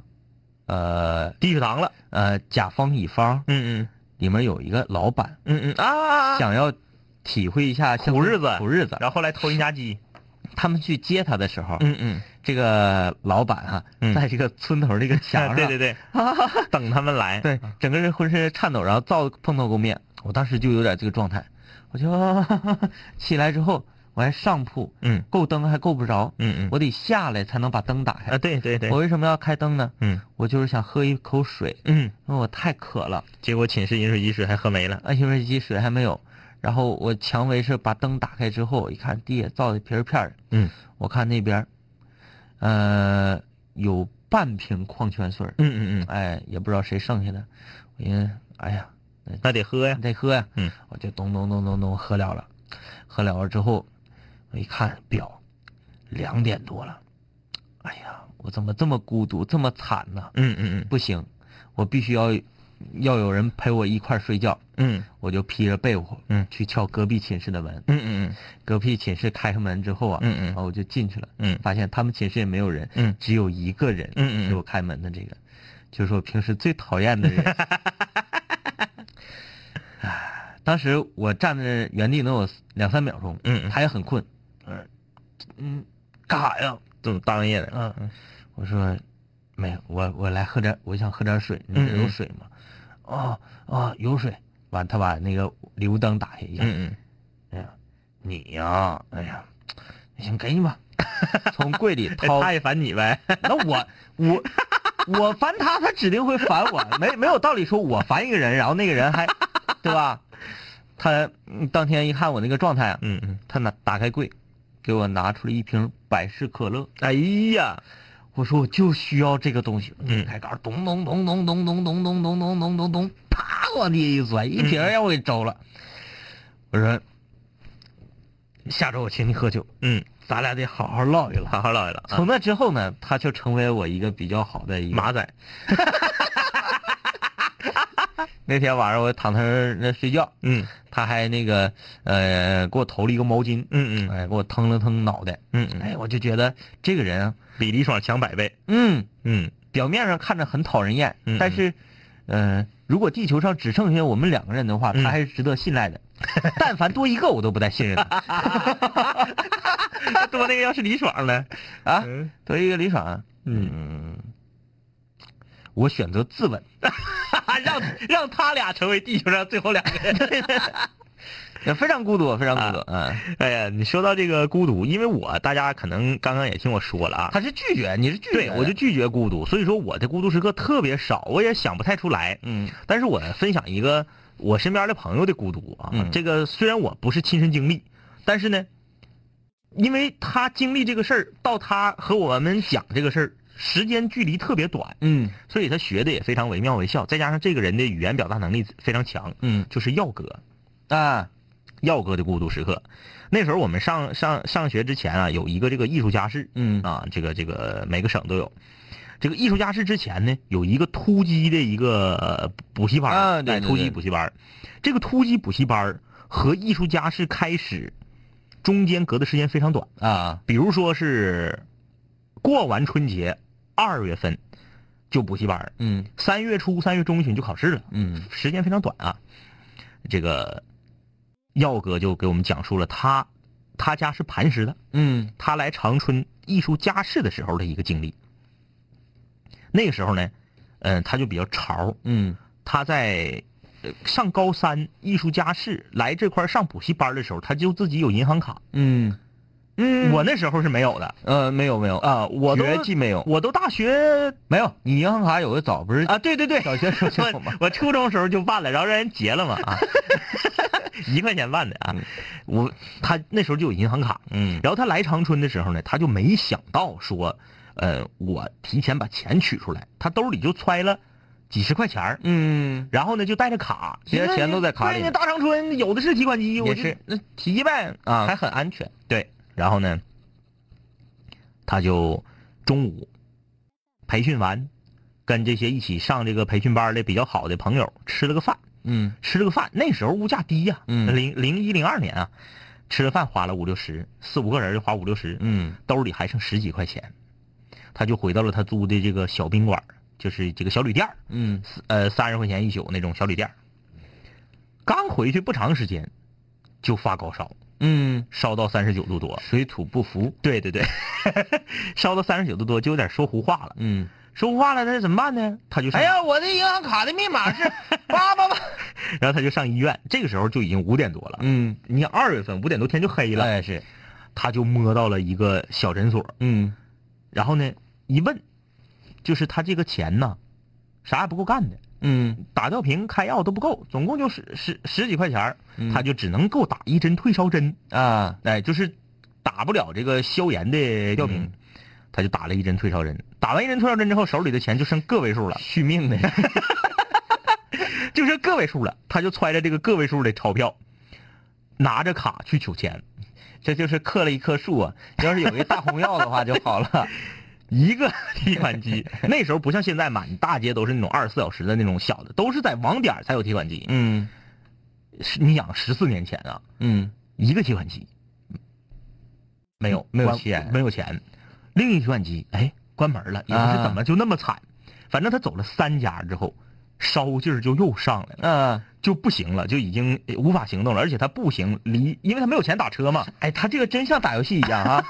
Speaker 3: 呃
Speaker 2: 低血糖了，
Speaker 3: 呃，甲方乙方
Speaker 2: 嗯嗯
Speaker 3: 里面有一个老板
Speaker 2: 嗯嗯啊，
Speaker 3: 想要体会一下像
Speaker 2: 苦日子
Speaker 3: 苦日子，
Speaker 2: 然后来偷人家鸡，
Speaker 3: 他们去接他的时候，
Speaker 2: 嗯嗯，
Speaker 3: 这个老板哈、
Speaker 2: 嗯
Speaker 3: 在这个村头这 个墙上，
Speaker 2: 啊对对对，等他们来，
Speaker 3: 对整个人浑身颤抖，然后造蓬头垢面。我当时就有点这个状态，我就 起来之后，我还上铺，
Speaker 2: 嗯
Speaker 3: 够灯还够不着，
Speaker 2: 嗯嗯，
Speaker 3: 我得下来才能把灯打开。
Speaker 2: 啊对对对
Speaker 3: 我，为什么要开灯呢？
Speaker 2: 嗯
Speaker 3: 我就是想喝一口水，
Speaker 2: 嗯，
Speaker 3: 因为我太渴了，
Speaker 2: 结果寝室饮水机水还喝没了，
Speaker 3: 啊，饮水机水还没有。然后我强为是把灯打开之后，一看地下造的皮儿片儿，
Speaker 2: 嗯
Speaker 3: 我看那边儿，呃，有半瓶矿泉水儿，
Speaker 2: 嗯嗯嗯，
Speaker 3: 哎，也不知道谁剩下的，我因为哎呀，
Speaker 2: 那得喝呀
Speaker 3: 你。得喝呀、
Speaker 2: 嗯，
Speaker 3: 我就咚咚咚咚咚喝了了，喝了了之后，我一看表，两点多了，哎呀，我怎么这么孤独，这么惨呢、
Speaker 2: 嗯嗯
Speaker 3: 不行，我必须要要有人陪我一块儿睡觉，
Speaker 2: 嗯
Speaker 3: 我就披着被窝，
Speaker 2: 嗯
Speaker 3: 去敲隔壁寝室的门。
Speaker 2: 嗯嗯
Speaker 3: 隔壁寝室开开门之后啊，
Speaker 2: 嗯嗯
Speaker 3: 然后我就进去了，
Speaker 2: 嗯
Speaker 3: 发现他们寝室也没有人，
Speaker 2: 嗯
Speaker 3: 只有一个人，
Speaker 2: 嗯嗯嗯
Speaker 3: 是我开门的这个，就是我平时最讨厌的人。 唉当时我站在原地能有两三秒钟，
Speaker 2: 嗯嗯
Speaker 3: 他也很困，嗯嗯，干啥呀？
Speaker 2: 这么大半夜的，
Speaker 3: 嗯，我说没有，我我来喝点，我想喝点水，你这
Speaker 2: 嗯嗯
Speaker 3: 有水吗？哦哦，有水。完，他把那个礼物灯打开一下，
Speaker 2: 嗯
Speaker 3: 哎呀，你呀、哎呀，行，给你 吧。从柜里
Speaker 2: 嗯，
Speaker 3: 掏，
Speaker 2: 他也烦你呗，
Speaker 3: 那我我我烦他，他指定会烦我，没没有道理说我烦一个人，然后那个人还，对吧？他嗯当天一看我那个状态啊，
Speaker 2: 嗯嗯，
Speaker 3: 他拿打开柜，给我拿出了一瓶百事可乐。
Speaker 2: 哎呀，
Speaker 3: 我说我就需要这个东西，
Speaker 2: 嗯
Speaker 3: 开盖儿咚咚咚咚咚咚咚咚咚咚咚咚咚，啪往地下一摔，一瓶儿让我给周了。我说，下周我请你喝酒，
Speaker 2: 嗯，
Speaker 3: 咱俩得好好唠一唠。
Speaker 2: 好好唠一唠啊，
Speaker 3: 从那之后呢，他就成为我一个比较好的一个
Speaker 2: 马仔，
Speaker 3: 那天晚上我躺他那睡觉，
Speaker 2: 嗯
Speaker 3: 他还那个呃给我投了一个毛巾，
Speaker 2: 嗯嗯
Speaker 3: 哎给我腾了腾脑袋，
Speaker 2: 嗯嗯，
Speaker 3: 哎我就觉得这个人啊，
Speaker 2: 比李爽强百倍，
Speaker 3: 嗯，
Speaker 2: 嗯
Speaker 3: 表面上看着很讨人厌，
Speaker 2: 嗯
Speaker 3: 但是，呃，如果地球上只剩下我们两个人的话，
Speaker 2: 嗯
Speaker 3: 他还是值得信赖的。但凡多一个，我都不带信任的
Speaker 2: 多那个要是李爽呢？
Speaker 3: 啊！
Speaker 2: 嗯
Speaker 3: 多一个李爽，嗯，我选择自刎。
Speaker 2: 让让他俩成为地球上最后两个人。
Speaker 3: 也非常孤独，非常孤独。嗯，
Speaker 2: 哎呀，你说到这个孤独，因为我大家可能刚刚也听我说了啊，
Speaker 3: 他是拒绝，你是拒绝
Speaker 2: 对
Speaker 3: 的，
Speaker 2: 我就拒绝孤独，所以说我的孤独时刻特别少，我也想不太出来。
Speaker 3: 嗯
Speaker 2: 但是我分享一个我身边的朋友的孤独啊，
Speaker 3: 嗯
Speaker 2: 这个虽然我不是亲身经历，但是呢，因为他经历这个事儿，到他和我们讲这个事儿，时间距离特别短，
Speaker 3: 嗯
Speaker 2: 所以他学的也非常惟妙惟肖，再加上这个人的语言表达能力非常强，
Speaker 3: 嗯
Speaker 2: 就是耀哥，
Speaker 3: 啊
Speaker 2: 耀哥的孤独时刻。那时候我们上上上学之前啊，有一个这个艺术家室，
Speaker 3: 嗯
Speaker 2: 啊，这个这个每个省都有。这个艺术家室之前呢，有一个突击的一个呃补习班儿
Speaker 3: 啊对
Speaker 2: 哎
Speaker 3: 对
Speaker 2: 突
Speaker 3: 对
Speaker 2: 击补习班儿。这个突击补习班儿和艺术家室开始中间隔的时间非常短，
Speaker 3: 啊
Speaker 2: 比如说是过完春节二月份就补习班儿，
Speaker 3: 嗯
Speaker 2: 三月初、三月中旬就考试了，
Speaker 3: 嗯
Speaker 2: 时间非常短啊。这个耀哥就给我们讲述了他他家是磐石的，
Speaker 3: 嗯
Speaker 2: 他来长春艺术家室的时候的一个经历。那个时候呢，嗯、他就比较潮，
Speaker 3: 嗯
Speaker 2: 他在呃上高三艺术家室来这块儿上补习班的时候，他就自己有银行卡。
Speaker 3: 嗯嗯
Speaker 2: 我那时候是没有的
Speaker 3: 呃没有没有，
Speaker 2: 啊，我都
Speaker 3: 绝技没有
Speaker 2: 我都大学
Speaker 3: 没有，你银行卡有的早不是
Speaker 2: 啊，对对对，？
Speaker 3: 小学时候就有 吗
Speaker 2: 我初中时候就办了，然后让人劫了嘛 啊，一块钱办的啊，我他那时候就有银行卡，
Speaker 3: 嗯
Speaker 2: 然后他来长春的时候呢，他就没想到说，呃，我提前把钱取出来，他兜里就揣了几十块钱儿
Speaker 3: 嗯。
Speaker 2: 然后呢就带着卡，
Speaker 3: 其实钱都在卡里
Speaker 2: 对大长春有的是提款机，我
Speaker 3: 也
Speaker 2: 就是那提呗啊，
Speaker 3: 还很安全。
Speaker 2: 对，然后呢，他就中午培训完，跟这些一起上这个培训班的比较好的朋友吃了个饭，
Speaker 3: 嗯
Speaker 2: 吃了个饭，那时候物价低呀、
Speaker 3: 嗯
Speaker 2: 零零一零二年啊，吃了饭花了五六十，四五个人就花五六十，
Speaker 3: 嗯
Speaker 2: 兜里还剩十几块钱，他就回到了他租的这个小宾馆，就是这个小旅店儿
Speaker 3: 嗯
Speaker 2: 呃，三十块钱一宿那种小旅店儿刚回去不长时间，就发高烧，
Speaker 3: 嗯，
Speaker 2: 烧到三十九度多，
Speaker 3: 水土不服。
Speaker 2: 对对对， 烧到三十九度多，就有点说胡话了。
Speaker 3: 嗯，
Speaker 2: 说胡话了，那怎么办呢？他就上
Speaker 3: 哎，呀，我的银行卡的密码 是八八八。
Speaker 2: 然后他就上医院。这个时候就已经五点多了。
Speaker 3: 嗯，
Speaker 2: 你看二月份五点多天就黑了，
Speaker 3: 哎是。
Speaker 2: 他就摸到了一个小诊所，
Speaker 3: 嗯
Speaker 2: 然后呢一问，就是他这个钱呢，啥也不够干的，
Speaker 3: 嗯
Speaker 2: 打吊瓶、开药都不够，总共就十十十几块钱儿
Speaker 3: 嗯
Speaker 2: 他就只能够打一针退烧针。
Speaker 3: 啊
Speaker 2: 哎，就是打不了这个消炎的吊瓶。
Speaker 3: 嗯他就打了一针退烧针，打完一针退烧针之后，手里的钱就剩个位数了，续命的，就剩个位数了，他就揣着这个个位数的钞票，拿着卡去取钱，这就是刻了一棵树啊！要是有一大红药的话就好 了。
Speaker 2: 一个 提 款机，那时候不像现在满大街都是那种二十四小时的那种小的，都是在网点儿才有提款机。
Speaker 3: 嗯
Speaker 2: 是你想十四年前啊，
Speaker 3: 嗯，
Speaker 2: 一个提款机
Speaker 3: 没有没有
Speaker 2: 嗯关
Speaker 3: 钱，
Speaker 2: 没有钱，另一提款机哎关门了，也不
Speaker 3: 啊
Speaker 2: 是怎么就那么惨，反正他走了三家之后，烧劲儿就又上来了，
Speaker 3: 嗯，
Speaker 2: 就不行了，就已经呃无法行动了，而且他不行离，因为他没有钱打车嘛，
Speaker 3: 哎，他这个真像打游戏一样 啊，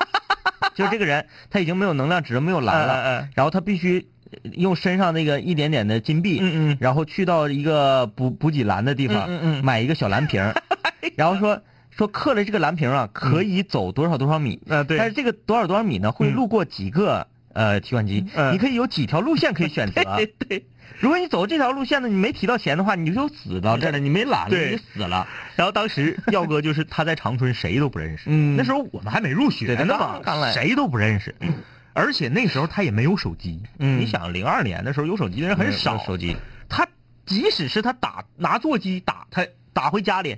Speaker 3: 就是这个人他已经没有能量值，没有蓝了，
Speaker 2: 嗯嗯嗯
Speaker 3: 然后他必须呃用身上那个一点点的金币，
Speaker 2: 嗯嗯
Speaker 3: 然后去到一个补补给栏的地方，
Speaker 2: 嗯哎嗯嗯
Speaker 3: 买一个小蓝 瓶儿，然后说说刻了这个蓝瓶儿啊，可以走多少多少米，
Speaker 2: 啊对
Speaker 3: 但是这个多少多少米呢，会
Speaker 2: 嗯
Speaker 3: 路过几个、呃提款机，
Speaker 2: 嗯
Speaker 3: 你可以有几条路线可以选择。啊
Speaker 2: 对对，
Speaker 3: 如果你走这条路线呢，你没提到钱的话，你就死到这儿了，你没蓝了，
Speaker 2: 对
Speaker 3: 你就死了。
Speaker 2: 然后当时耀哥就是他在长春谁都不认识，
Speaker 3: 嗯
Speaker 2: 那时候我们还没入学
Speaker 3: 对他
Speaker 2: 呢
Speaker 3: 刚
Speaker 2: 嘛，
Speaker 3: 刚来
Speaker 2: 谁都不认识，而且那时候他也没有手机。
Speaker 3: 嗯
Speaker 2: 你想零二年的时候有手机的人
Speaker 3: 没
Speaker 2: 很
Speaker 3: 有
Speaker 2: 少，
Speaker 3: 手机。
Speaker 2: 他即使是他打拿座机打他打回家里，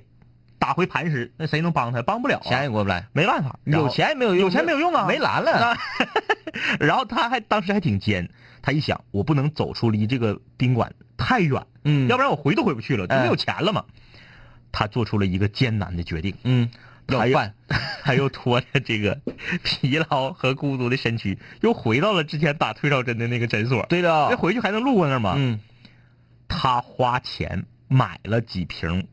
Speaker 2: 打回磐石，那谁能帮他？帮不了、啊，
Speaker 3: 钱也过不来，
Speaker 2: 没办法，然后
Speaker 3: 有钱也没有用，
Speaker 2: 有钱没有用啊，
Speaker 3: 没蓝了。
Speaker 2: 然后他还当时还挺尖，他一想，我不能走出离这个宾馆太远，
Speaker 3: 嗯
Speaker 2: 要不然我回都回不去了，就
Speaker 3: 嗯
Speaker 2: 没有钱了嘛。他做出了一个艰难的决定，
Speaker 3: 嗯，要
Speaker 2: 他又
Speaker 3: 饭，
Speaker 2: 他又拖着这个疲劳和孤独的身躯， 又回到了之前打退烧针的那个诊所。
Speaker 3: 对
Speaker 2: 那
Speaker 3: 的。
Speaker 2: 哎回去还能路过那儿吗？
Speaker 3: 嗯，
Speaker 2: 他花钱买了几瓶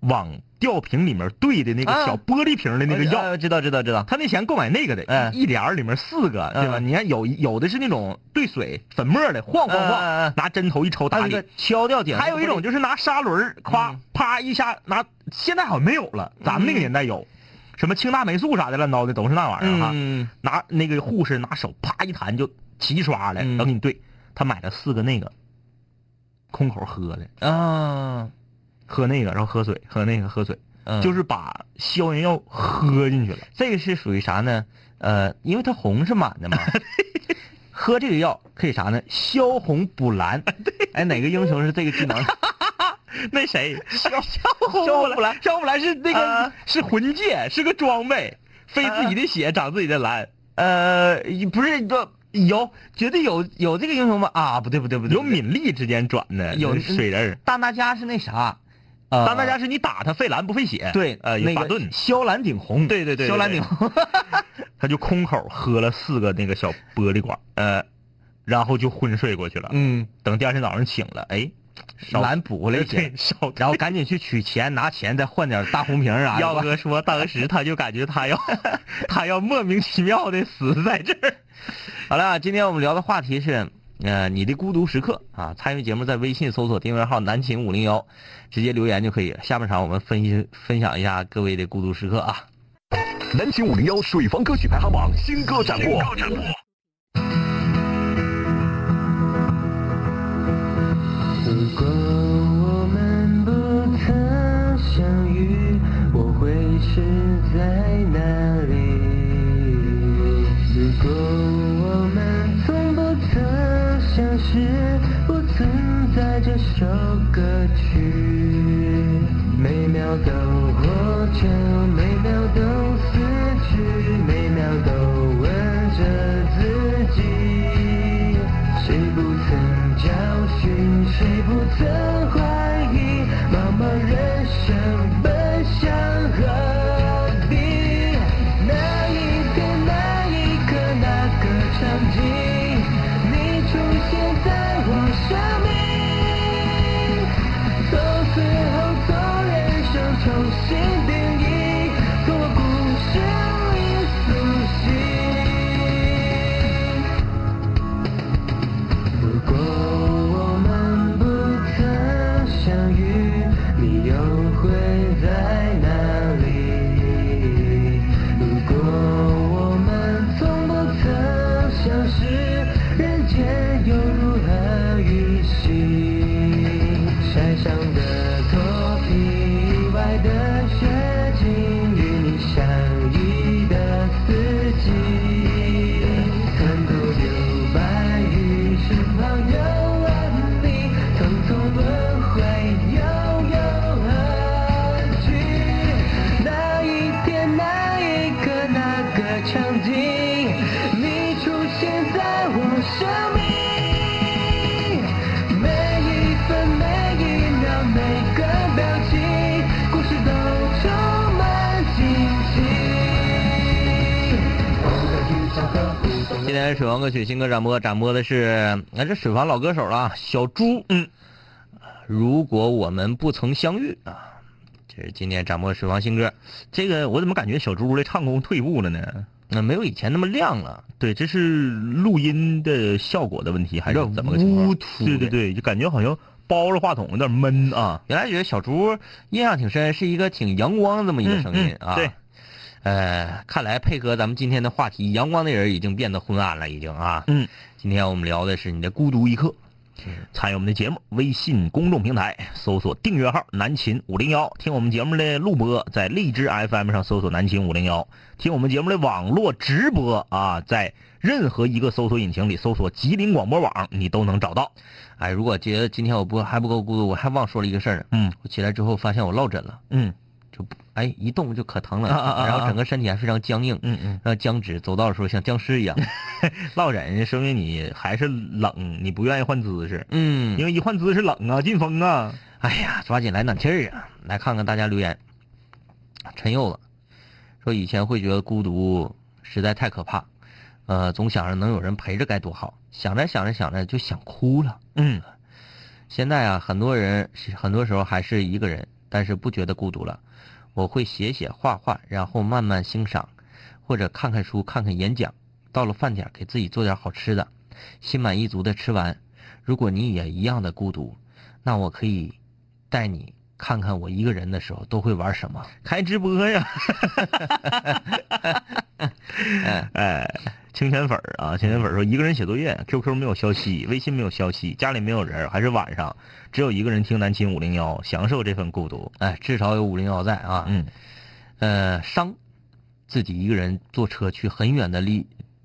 Speaker 2: 往吊瓶里面兑的那个
Speaker 3: 啊
Speaker 2: 小玻璃瓶的那个药，
Speaker 3: 哎知道知道知道。
Speaker 2: 他那钱购买那个的，
Speaker 3: 嗯
Speaker 2: 一一帘儿里面四个，对吧？
Speaker 3: 嗯
Speaker 2: 你看有有的是那种兑水粉末的，晃晃晃，
Speaker 3: 嗯嗯嗯
Speaker 2: 拿针头一
Speaker 3: 还
Speaker 2: 抽打
Speaker 3: 有一个
Speaker 2: 你。
Speaker 3: 敲掉顶，
Speaker 2: 还有一种就是拿砂轮儿，夸
Speaker 3: 嗯
Speaker 2: 啪一下拿，现在好像没有了，咱们那个年代有，什么青大霉素啥的乱糟的都是那玩意儿哈。
Speaker 3: 嗯
Speaker 2: 拿那个护士拿手啪一弹就齐刷了，
Speaker 3: 嗯
Speaker 2: 然后给你兑。他买了四个那个，空口喝的，
Speaker 3: 啊，
Speaker 2: 喝那个，然后喝水，喝那个喝水，
Speaker 3: 嗯
Speaker 2: 就是把消炎药喝进去了。
Speaker 3: 这个是属于啥呢？呃，因为它红是满的 嘛，喝这个药可以啥呢？消红补 蓝。哎，哪个英雄是这个技能？
Speaker 2: 那谁，肖
Speaker 3: 萧
Speaker 2: 肖
Speaker 3: 红布兰
Speaker 2: 肖布兰是那个、
Speaker 3: 啊
Speaker 2: 是魂戒，是个装备，非自己的血、长自己的蓝。
Speaker 3: 呃，不是，这有绝对有有这个英雄吗？啊，不对不对不对，
Speaker 2: 有敏力之间转的，
Speaker 3: 有
Speaker 2: 水人儿。
Speaker 3: 大拿家是那啥，呃，
Speaker 2: 当大家是你打他费蓝不费血，
Speaker 3: 对
Speaker 2: 呃，有
Speaker 3: 那
Speaker 2: 法
Speaker 3: 个
Speaker 2: 盾，
Speaker 3: 萧蓝顶红，
Speaker 2: 对对对对
Speaker 3: 萧蓝
Speaker 2: 对
Speaker 3: 顶红，
Speaker 2: 他就空口喝了四个那个小玻璃管，呃，然后就昏睡过去了。
Speaker 3: 嗯，
Speaker 2: 等第二天早上醒了，哎，烧
Speaker 3: 蓝补回来一
Speaker 2: 对
Speaker 3: 些，
Speaker 2: 烧
Speaker 3: 然后赶紧去取钱，拿钱再换点大红瓶 儿啥的。啊
Speaker 2: 耀哥说，当时他就感觉 他要他要莫名其妙的死在这儿。
Speaker 3: 好了，今天我们聊的话题是，呃，你的孤独时刻啊。参与节目在微信搜索订阅号“南秦五零幺”，直接留言就可以了。下半场我们分析分享一下各位的孤独时刻啊。
Speaker 5: 南秦五零幺水房歌曲排行榜新歌展播。
Speaker 6: 如果我们不曾相遇，我会是在哪里？如果我们从不曾相识，不存在这首歌曲。每秒都活着，每秒都死去，每秒都问着自己。谁不曾教训，谁不曾希望有完你，匆匆轮回悠悠何惧？那一天，那一刻，那个场景，你出现在我生命。每一分每一秒每个表情，故事都充满惊喜。
Speaker 3: 今天是水王歌曲新歌展播，展播的是那、这水房老歌手了啊，小猪。嗯，如果我们不曾相遇啊，这是今天展播水房新歌。
Speaker 2: 这个我怎么感觉小猪的唱功退步了呢？
Speaker 3: 那、没有以前那么亮了，
Speaker 2: 对，这是录音的效果的问题，还是
Speaker 3: 有点
Speaker 2: 怎么个情况？
Speaker 3: 乌突
Speaker 2: 对
Speaker 3: 的
Speaker 2: 对对，就感觉好像包着话筒，有点闷啊。
Speaker 3: 原来觉得小猪印象挺深，是一个挺阳光这么一个声音、
Speaker 2: 嗯嗯
Speaker 3: 啊。
Speaker 2: 对，
Speaker 3: 呃，看来配合咱们今天的话题，阳光的人已经变得昏暗了，已经啊。
Speaker 2: 嗯，
Speaker 3: 今天我们聊的是你的孤独一刻。
Speaker 2: 参与我们的节目，微信公众平台搜索订阅号“南秦五零幺”，听我们节目的录播，在荔枝 FM 上搜索“南秦五零幺”，听我们节目的网络直播啊，在任何一个搜索引擎里搜索“吉林广播网”，你都能找到。
Speaker 3: 哎，如果觉得今天我不还不够孤独，我还忘说了一个事儿呢。
Speaker 2: 嗯
Speaker 3: 我起来之后发现我落枕了，
Speaker 2: 嗯
Speaker 3: 就不哎一动就可疼了，
Speaker 2: 啊啊啊啊
Speaker 3: 然后整个身体还非常僵硬，
Speaker 2: 嗯嗯，
Speaker 3: 然后僵直，走道的时候像僵尸一 样。
Speaker 2: 落枕说明你还是冷，你不愿意换姿势，
Speaker 3: 嗯
Speaker 2: 因为一换姿势冷啊，进风啊。
Speaker 3: 哎呀，抓紧来暖气儿啊！来看看大家留言。陈柚子说：“以前会觉得孤独实在太可怕，呃，总想着能有人陪着该多好，想着想着想着就想哭了。
Speaker 2: 嗯，
Speaker 3: 现在啊，很多人是很多时候还是一个人，但是不觉得孤独了。我会写写画画，然后慢慢欣赏，或者看看书，看看演讲。到了饭点儿，给自己做点好吃的，心满意足的吃完。如果你也一样的孤独，那我可以带你看看我一个人的时候都会玩什么。
Speaker 2: 开直播呀！哎，清泉粉儿啊，清泉粉儿说一个人写作业，QQ 没有消息，微信没有消息，家里没有人，还是晚上，只有一个人听南秦五零幺，享受这份孤独。
Speaker 3: 哎，至少有五零幺在啊。
Speaker 2: 嗯，
Speaker 3: 呃，伤，自己一个人坐车去很远的旅，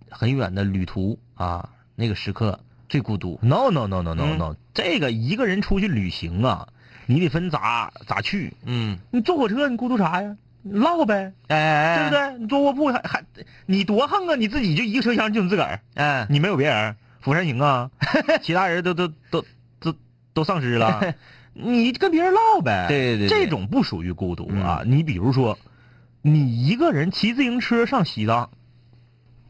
Speaker 3: 很远的旅途啊，那个时刻最孤独。嗯
Speaker 2: No no no no no no，、这个一个人出去旅行啊，你得分咋咋去。
Speaker 3: 嗯，
Speaker 2: 你坐火车你孤独啥呀？你唠呗，
Speaker 3: 哎哎
Speaker 2: 对
Speaker 3: 哎，
Speaker 2: 不对？你坐卧铺还还你多横啊！你自己就一个车厢，就你自个儿，
Speaker 3: 哎，
Speaker 2: 你没有别人，《釜山行》 啊，其他人都都都都都丧尸 了，你跟别人唠呗。
Speaker 3: 对嗯对对
Speaker 2: 这种不属于孤独啊。你比如说，你一个人骑自行车上西藏，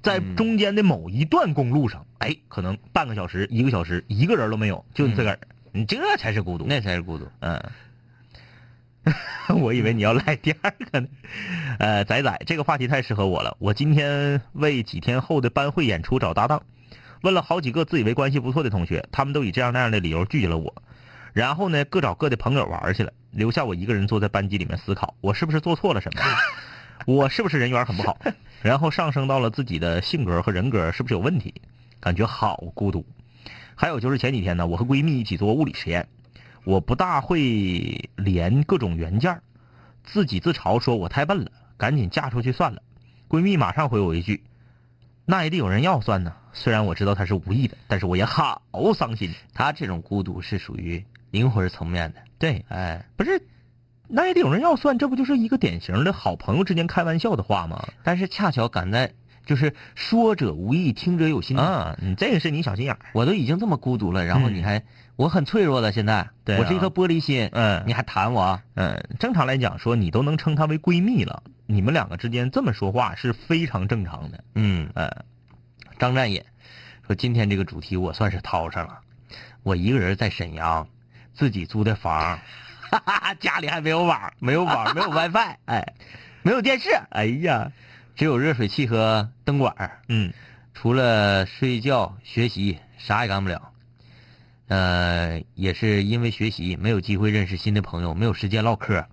Speaker 2: 在
Speaker 3: 嗯
Speaker 2: 中间的某一段公路上，哎，可能半个小时、一个小时，一个人都没有，就你自个儿，你这才是孤独。
Speaker 3: 那才是孤独。
Speaker 2: 嗯， 我以为你要来第二个呢。呃，仔仔，这个话题太适合我了。我今天为几天后的班会演出找搭档，问了好几个自以为关系不错的同学，他们都以这样那样的理由拒绝了我。然后呢，各找各的朋友玩去了，留下我一个人坐在班级里面思考，我是不是做错了什么？我是不是人缘很不好？然后上升到了自己的性格和人格是不是有问题？感觉好孤独。还有就是前几天呢，我和闺蜜一起做物理实验，我不大会连各种元件儿，自己自嘲说我太笨了，赶紧嫁出去算了。闺蜜马上回我一句：“那也得有人要算呢。”虽然我知道她是无意的，但是我也好伤心。
Speaker 3: 他这种孤独是属于灵魂层面的。
Speaker 2: 对，
Speaker 3: 哎，
Speaker 2: 不是，那也得有人要算，这不就是一个典型的好朋友之间开玩笑的话吗？
Speaker 3: 但是恰巧赶在就是说者无意，听者有心。
Speaker 2: 啊，你这个是你小心眼儿。
Speaker 3: 我都已经这么孤独了，然后
Speaker 2: 嗯
Speaker 3: 你还、我很脆弱的现在，
Speaker 2: 对啊
Speaker 3: 我是一颗玻璃心，
Speaker 2: 嗯
Speaker 3: 你还弹我？啊
Speaker 2: 嗯，正常来讲说，你都能称她为闺蜜了，你们两个之间这么说话是非常正常的。
Speaker 3: 嗯，
Speaker 2: 嗯
Speaker 3: 张占也说今天这个主题我算是掏上了，我一个人在沈阳，自己租的房， 哈哈，家里还没有网，没有网，没有 WiFi，哎，没有电视，哎呀，只有热水器和灯管儿
Speaker 2: 嗯，
Speaker 3: 除了睡觉学习，啥也干不了。呃，也是因为学习没有机会认识新的朋友，没有时间唠嗑、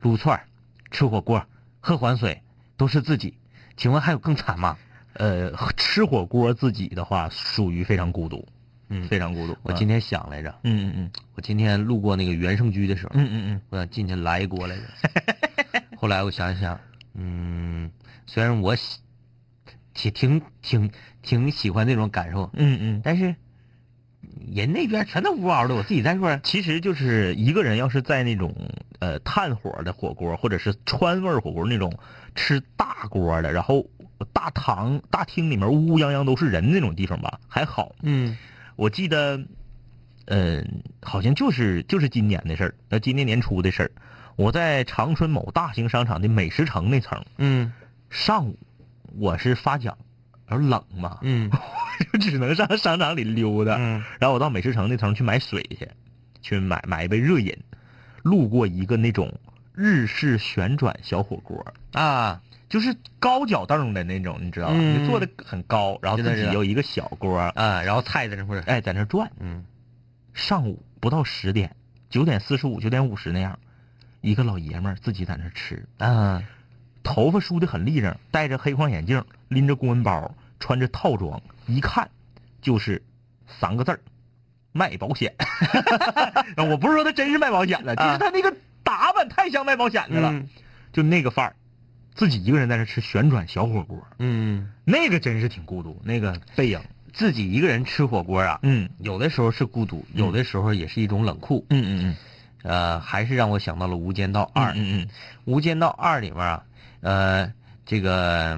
Speaker 3: 撸串儿、吃火锅、喝缓水，都是自己。请问还有更惨吗？
Speaker 2: 呃，吃火锅自己的话属于非常孤独，
Speaker 3: 嗯
Speaker 2: 非常孤独。
Speaker 3: 我今天想来着，
Speaker 2: 嗯嗯
Speaker 3: 我今天路过那个原生居的时候，
Speaker 2: 嗯嗯嗯
Speaker 3: 我想进去来一锅来着。 后来我想想，嗯，虽然我喜挺挺挺挺喜欢那种感受，
Speaker 2: 嗯嗯嗯，哎
Speaker 3: 但是人那边全都呜嗷的，我自己在这块儿
Speaker 2: 其实就是一个人要是在那种呃炭火的火锅，或者是川味儿火锅那种吃大锅的，然后大堂大厅里面乌乌泱泱都是人那种地方吧，还好。
Speaker 3: 嗯
Speaker 2: 我记得，嗯、好像就是就是今年的事儿，那今年年初的事儿，我在长春某大型商场的美食城那层
Speaker 3: 嗯
Speaker 2: 上午，我是发奖，然后冷嘛，
Speaker 3: 嗯
Speaker 2: 就只能上商场里溜达。
Speaker 3: 嗯
Speaker 2: 然后我到美食城那层去买水去，去买买一杯热饮，路过一个那种日式旋转小火锅，
Speaker 3: 啊，
Speaker 2: 就是高脚凳的那种，你知道吧？
Speaker 3: 嗯
Speaker 2: 就坐的很高，然后
Speaker 3: 知道
Speaker 2: 自己
Speaker 3: 知道
Speaker 2: 有一个小锅，
Speaker 3: 啊，然后菜在那块儿，
Speaker 2: 哎，在那转。
Speaker 3: 嗯
Speaker 2: 上午不到十点，九点四十五、九点五十那样，一个老爷们儿自己在那吃，
Speaker 3: 啊，
Speaker 2: 头发梳的很立正，戴着黑框眼镜，拎着公文包，穿着套装，一看就是三个字儿：卖保险。 我不是说他真是卖保险的，就是他那个打扮太像卖保险的了，
Speaker 3: 嗯
Speaker 2: 就那个范儿，自己一个人在那吃旋转小火锅，
Speaker 3: 嗯，
Speaker 2: 那个真是挺孤独，那个背影，
Speaker 3: 自己一个人吃火锅啊，
Speaker 2: 嗯
Speaker 3: 有的时候是孤独，有的时候也是一种冷酷。
Speaker 2: 嗯嗯嗯，
Speaker 3: 呃，还是让我想到了《无间道二》。
Speaker 2: 二嗯嗯
Speaker 3: 《无间道二》里面啊，呃，这个，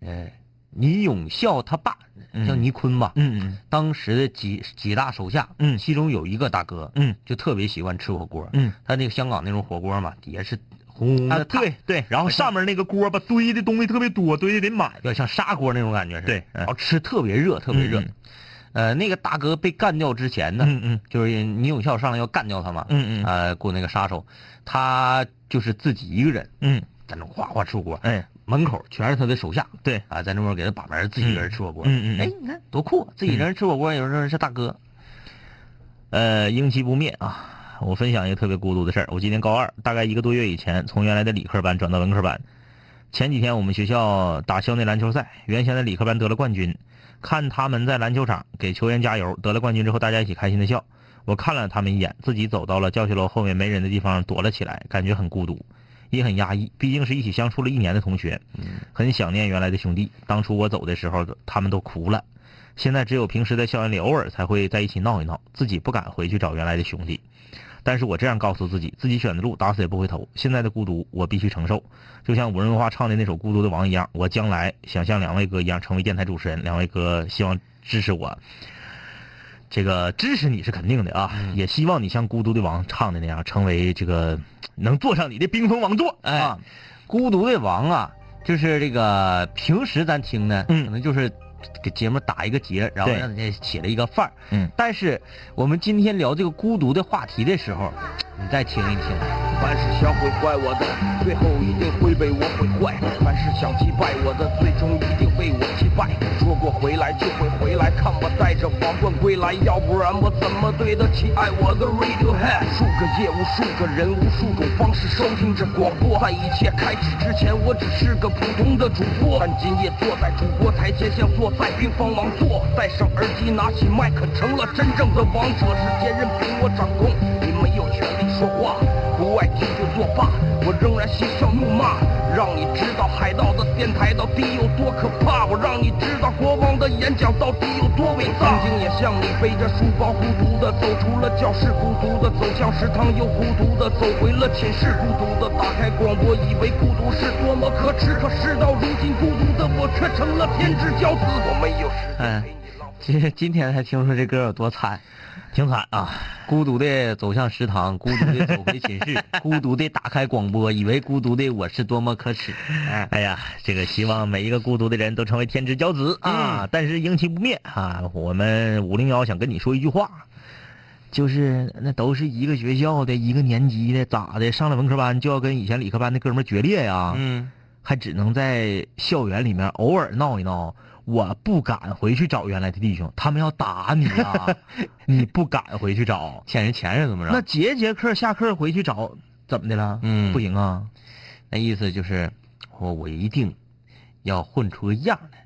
Speaker 3: 呃，倪永孝他爸
Speaker 2: 嗯
Speaker 3: 叫倪坤吧，
Speaker 2: 嗯嗯
Speaker 3: 当时的几几大手下，
Speaker 2: 嗯
Speaker 3: 其中有一个大哥，
Speaker 2: 嗯，
Speaker 3: 就特别喜欢吃火锅，
Speaker 2: 嗯，
Speaker 3: 他那个香港那种火锅嘛，底下是红红
Speaker 2: 啊
Speaker 3: 的，
Speaker 2: 对，对，然后上面那个锅吧堆的东西特别多，堆的得满
Speaker 3: 有，点像砂锅那种感觉似的，
Speaker 2: 对嗯
Speaker 3: 然后吃特别热，特别热
Speaker 2: 嗯嗯，
Speaker 3: 呃，那个大哥被干掉之前呢，
Speaker 2: 嗯嗯
Speaker 3: 就是倪永孝上来要干掉他嘛，
Speaker 2: 嗯嗯
Speaker 3: 呃，雇那个杀手，他就是自己一个人
Speaker 2: 嗯，
Speaker 3: 在那哗哗吃火锅，
Speaker 2: 哎，
Speaker 3: 门口全是他的手下，
Speaker 2: 对
Speaker 3: 啊，在那边给他把门，自己一个人吃火锅，
Speaker 2: 嗯嗯嗯
Speaker 3: 哎，你看多酷啊，自己一个人吃火锅，有时候是大哥，
Speaker 2: 呃，英气不灭啊！我分享一个特别孤独的事儿。我今年高二，大概一个多月以前，从原来的理科班转到文科班。前几天我们学校打校内篮球赛，原先的理科班得了冠军，看他们在篮球场给球员加油，得了冠军之后，大家一起开心的笑。我看了他们一眼，自己走到了教学楼后面没人的地方躲了起来，感觉很孤独，也很压抑。毕竟是一起相处了一年的同学，很想念原来的兄弟。当初我走的时候，他们都哭了。现在只有平时在校园里偶尔才会在一起闹一闹，自己不敢回去找原来的兄弟。但是我这样告诉自己，自己选的路打死也不回头。现在的孤独我必须承受，就像五人文化唱的那首《孤独的王》一样，我将来想像两位哥一样成为电台主持人。两位哥希望支持我，这个支持你是肯定的啊，也希望你像《孤独的王》唱的那样，成为这个能坐上你的冰封王座。
Speaker 3: 哎，
Speaker 2: 啊
Speaker 3: 孤独的王啊，就是这个平时咱听呢，
Speaker 2: 嗯
Speaker 3: 可能就是给节目打一个结，然后
Speaker 2: 对
Speaker 3: 让人家起了一个范儿。
Speaker 2: 嗯，
Speaker 3: 但是我们今天聊这个孤独的话题的时候，你再听一听。
Speaker 7: 凡是想毁坏我的，最后一定会被我毁坏；凡是想击败我的，最终一定被我击败。说过回来就会回来，看我带着皇冠归来，要不然我怎么对得起爱我的 Radiohead？数个夜，无数个人，无数种方式收听着广播。在一切开始之前，我只是个普通的主播，但今夜坐在主播台前，像坐在冰封王座，戴上耳机，拿起麦克，成了真正的王者。世界任凭我掌控，你没有权利说话，不爱听就作罢。我仍然嬉笑怒骂，让你知道海盗的电台到底有多可怕。我让你知道国王的演讲到底有多伟大。曾经也像你背着书包孤独的走出了教室，孤独的走向食堂，又孤独的走回了寝室，孤独的打开广播，以为孤独是多么可耻。可事到如今，孤独的我却成了天之骄子。我没有时间陪你浪费。
Speaker 3: 其实今天才听说这歌有多惨，
Speaker 2: 挺惨啊，
Speaker 3: 孤独的走向食堂，孤独的走回寝室，孤独的打开广播，以为孤独的我是多么可耻。哎，
Speaker 2: 哎呀，这个希望每一个孤独的人都成为天之骄子啊！但是英气不灭啊！我们五零幺想跟你说一句话，就是那都是一个学校的一个年级的，咋的？上了文科班就要跟以前理科班的哥们儿决裂呀、
Speaker 3: 嗯，
Speaker 2: 还只能在校园里面偶尔闹一闹。我不敢回去找原来的弟兄，他们要打你啊！ 你不敢回去找，
Speaker 3: 欠人钱是怎么着？
Speaker 2: 那节节课下课回去找，怎么的了？
Speaker 3: 嗯
Speaker 2: 不行啊！
Speaker 3: 那意思就是，我我一定要混出个样来。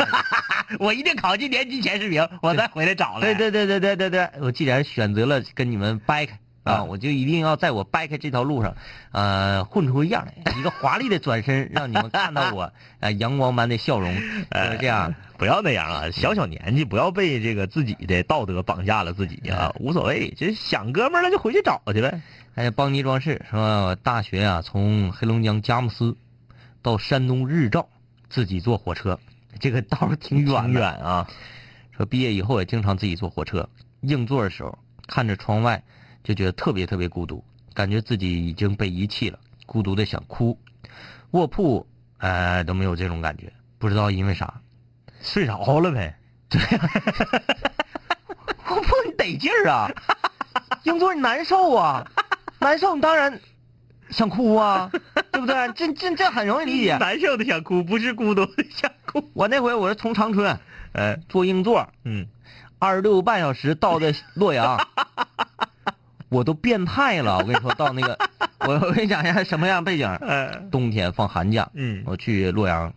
Speaker 2: 我一定考进年级前十名，我再回来找
Speaker 3: 对对对对对对对，我既然选择了跟你们掰开，啊，我就一定要在我掰开这条路上，呃，混出一样来，一个华丽的转身，让你们看到 我呃阳光般的笑容，就是这样。
Speaker 2: 不要那样啊！小小年纪，不要被这个自己的道德绑架了自己啊，无所谓，就是想哥们儿了就回去找去呗。
Speaker 3: 哎，邦尼装饰说，我大学啊，从黑龙江佳木斯到山东日照，自己坐火车，这个道儿挺远
Speaker 2: 挺
Speaker 3: 的
Speaker 2: 远啊，
Speaker 3: 说毕业以后也经常自己坐火车，硬座的时候看着窗外就觉得特别特别孤独，感觉自己已经被遗弃了，孤独的想哭。卧铺呃都没有这种感觉，不知道因为啥。
Speaker 2: 睡着了呗。
Speaker 3: 卧铺你得劲儿 啊，硬座你难受啊，难受你当然想哭啊，对不对？这这这很容易理解。
Speaker 2: 难受的想哭，不是孤独的想哭。
Speaker 3: 我那回我是从长春，呃，坐硬座，
Speaker 2: 嗯，
Speaker 3: 二十六个半小时到的洛阳，我都变态了。我跟你说，到那个， 我我跟你讲一下什么样背景。
Speaker 2: 呃，
Speaker 3: 冬天放寒假，
Speaker 2: 嗯
Speaker 3: 我去洛阳，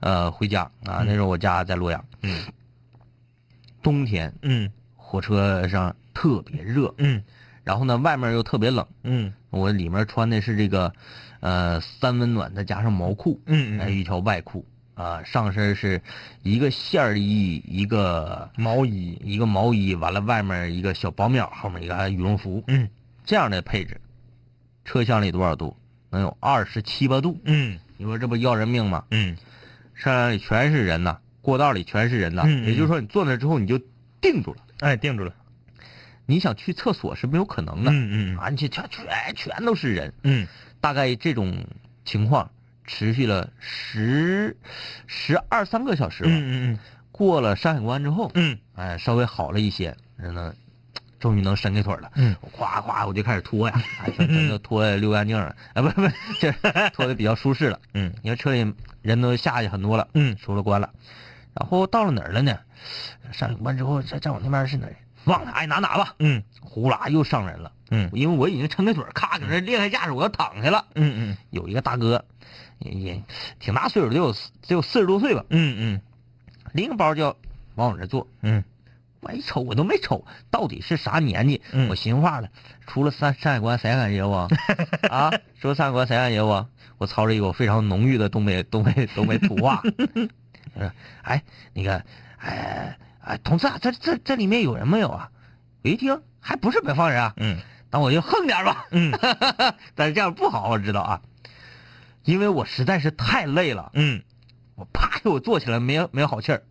Speaker 3: 呃，回家啊。那时候我家在洛阳，
Speaker 2: 嗯，
Speaker 3: 冬天
Speaker 2: 嗯
Speaker 3: 火车上特别热，
Speaker 2: 嗯
Speaker 3: 然后呢，外面又特别冷。
Speaker 2: 嗯
Speaker 3: 我里面穿的是这个，呃，三温暖再加上毛裤，
Speaker 2: 嗯
Speaker 3: 还有一条外裤啊、上身是一个线儿衣，一个毛衣，一个毛衣，完了外面一个小薄棉，后面一个还有羽绒服，
Speaker 2: 嗯
Speaker 3: 这样的配置，车厢里多少度？能有二十七八度，
Speaker 2: 嗯
Speaker 3: 你说这不要人命吗？
Speaker 2: 嗯
Speaker 3: 车厢里全是人呐，过道里全是人呐，
Speaker 2: 嗯嗯
Speaker 3: 也就是说你坐那之后你就定住了，
Speaker 2: 哎，定住了。
Speaker 3: 你想去厕所是没有可能的，
Speaker 2: 嗯嗯
Speaker 3: 啊，你这全全全都是人，
Speaker 2: 嗯
Speaker 3: 大概这种情况持续了十十二三个小时吧。
Speaker 2: 嗯嗯
Speaker 3: 过了山海关之后，
Speaker 2: 嗯
Speaker 3: 哎，稍微好了一些，然后呢，终于能伸开腿了。
Speaker 2: 嗯
Speaker 3: 我夸夸我就开始脱 呀，哎，全全都脱得溜干净了。哎，不不，这脱的比较舒适了。
Speaker 2: 嗯
Speaker 3: 你看车里人都下去很多了，
Speaker 2: 嗯
Speaker 3: 出了关了，然后到了哪儿了呢？上海关之后，再再往那边是哪儿？忘了，爱哪哪吧。
Speaker 2: 嗯
Speaker 3: 呼啦又上人了，
Speaker 2: 嗯
Speaker 3: 因为我已经撑开腿儿，咔搁那裂开架势，我要躺下了。
Speaker 2: 嗯
Speaker 3: 有一个大哥，也也挺大岁数，得有得有四十多岁吧，
Speaker 2: 嗯
Speaker 3: 拎个包就要往我这坐。
Speaker 2: 嗯
Speaker 3: 我一瞅，我都没瞅到底是啥年纪，
Speaker 2: 嗯
Speaker 3: 我寻话了，出了山山海关谁敢惹 我？啊，出了山海关谁敢惹我？我操着一口非常浓郁的东北东北东北土话， 我说哎，那个，哎哎，同志啊，这这这里面有人没有啊？我一听还不是北方人啊，
Speaker 2: 嗯
Speaker 3: 那我就横点吧。
Speaker 2: 嗯，
Speaker 3: 但是这样不好，我知道啊，因为我实在是太累了，
Speaker 2: 嗯
Speaker 3: 我啪给我坐起来，没有没有好气儿。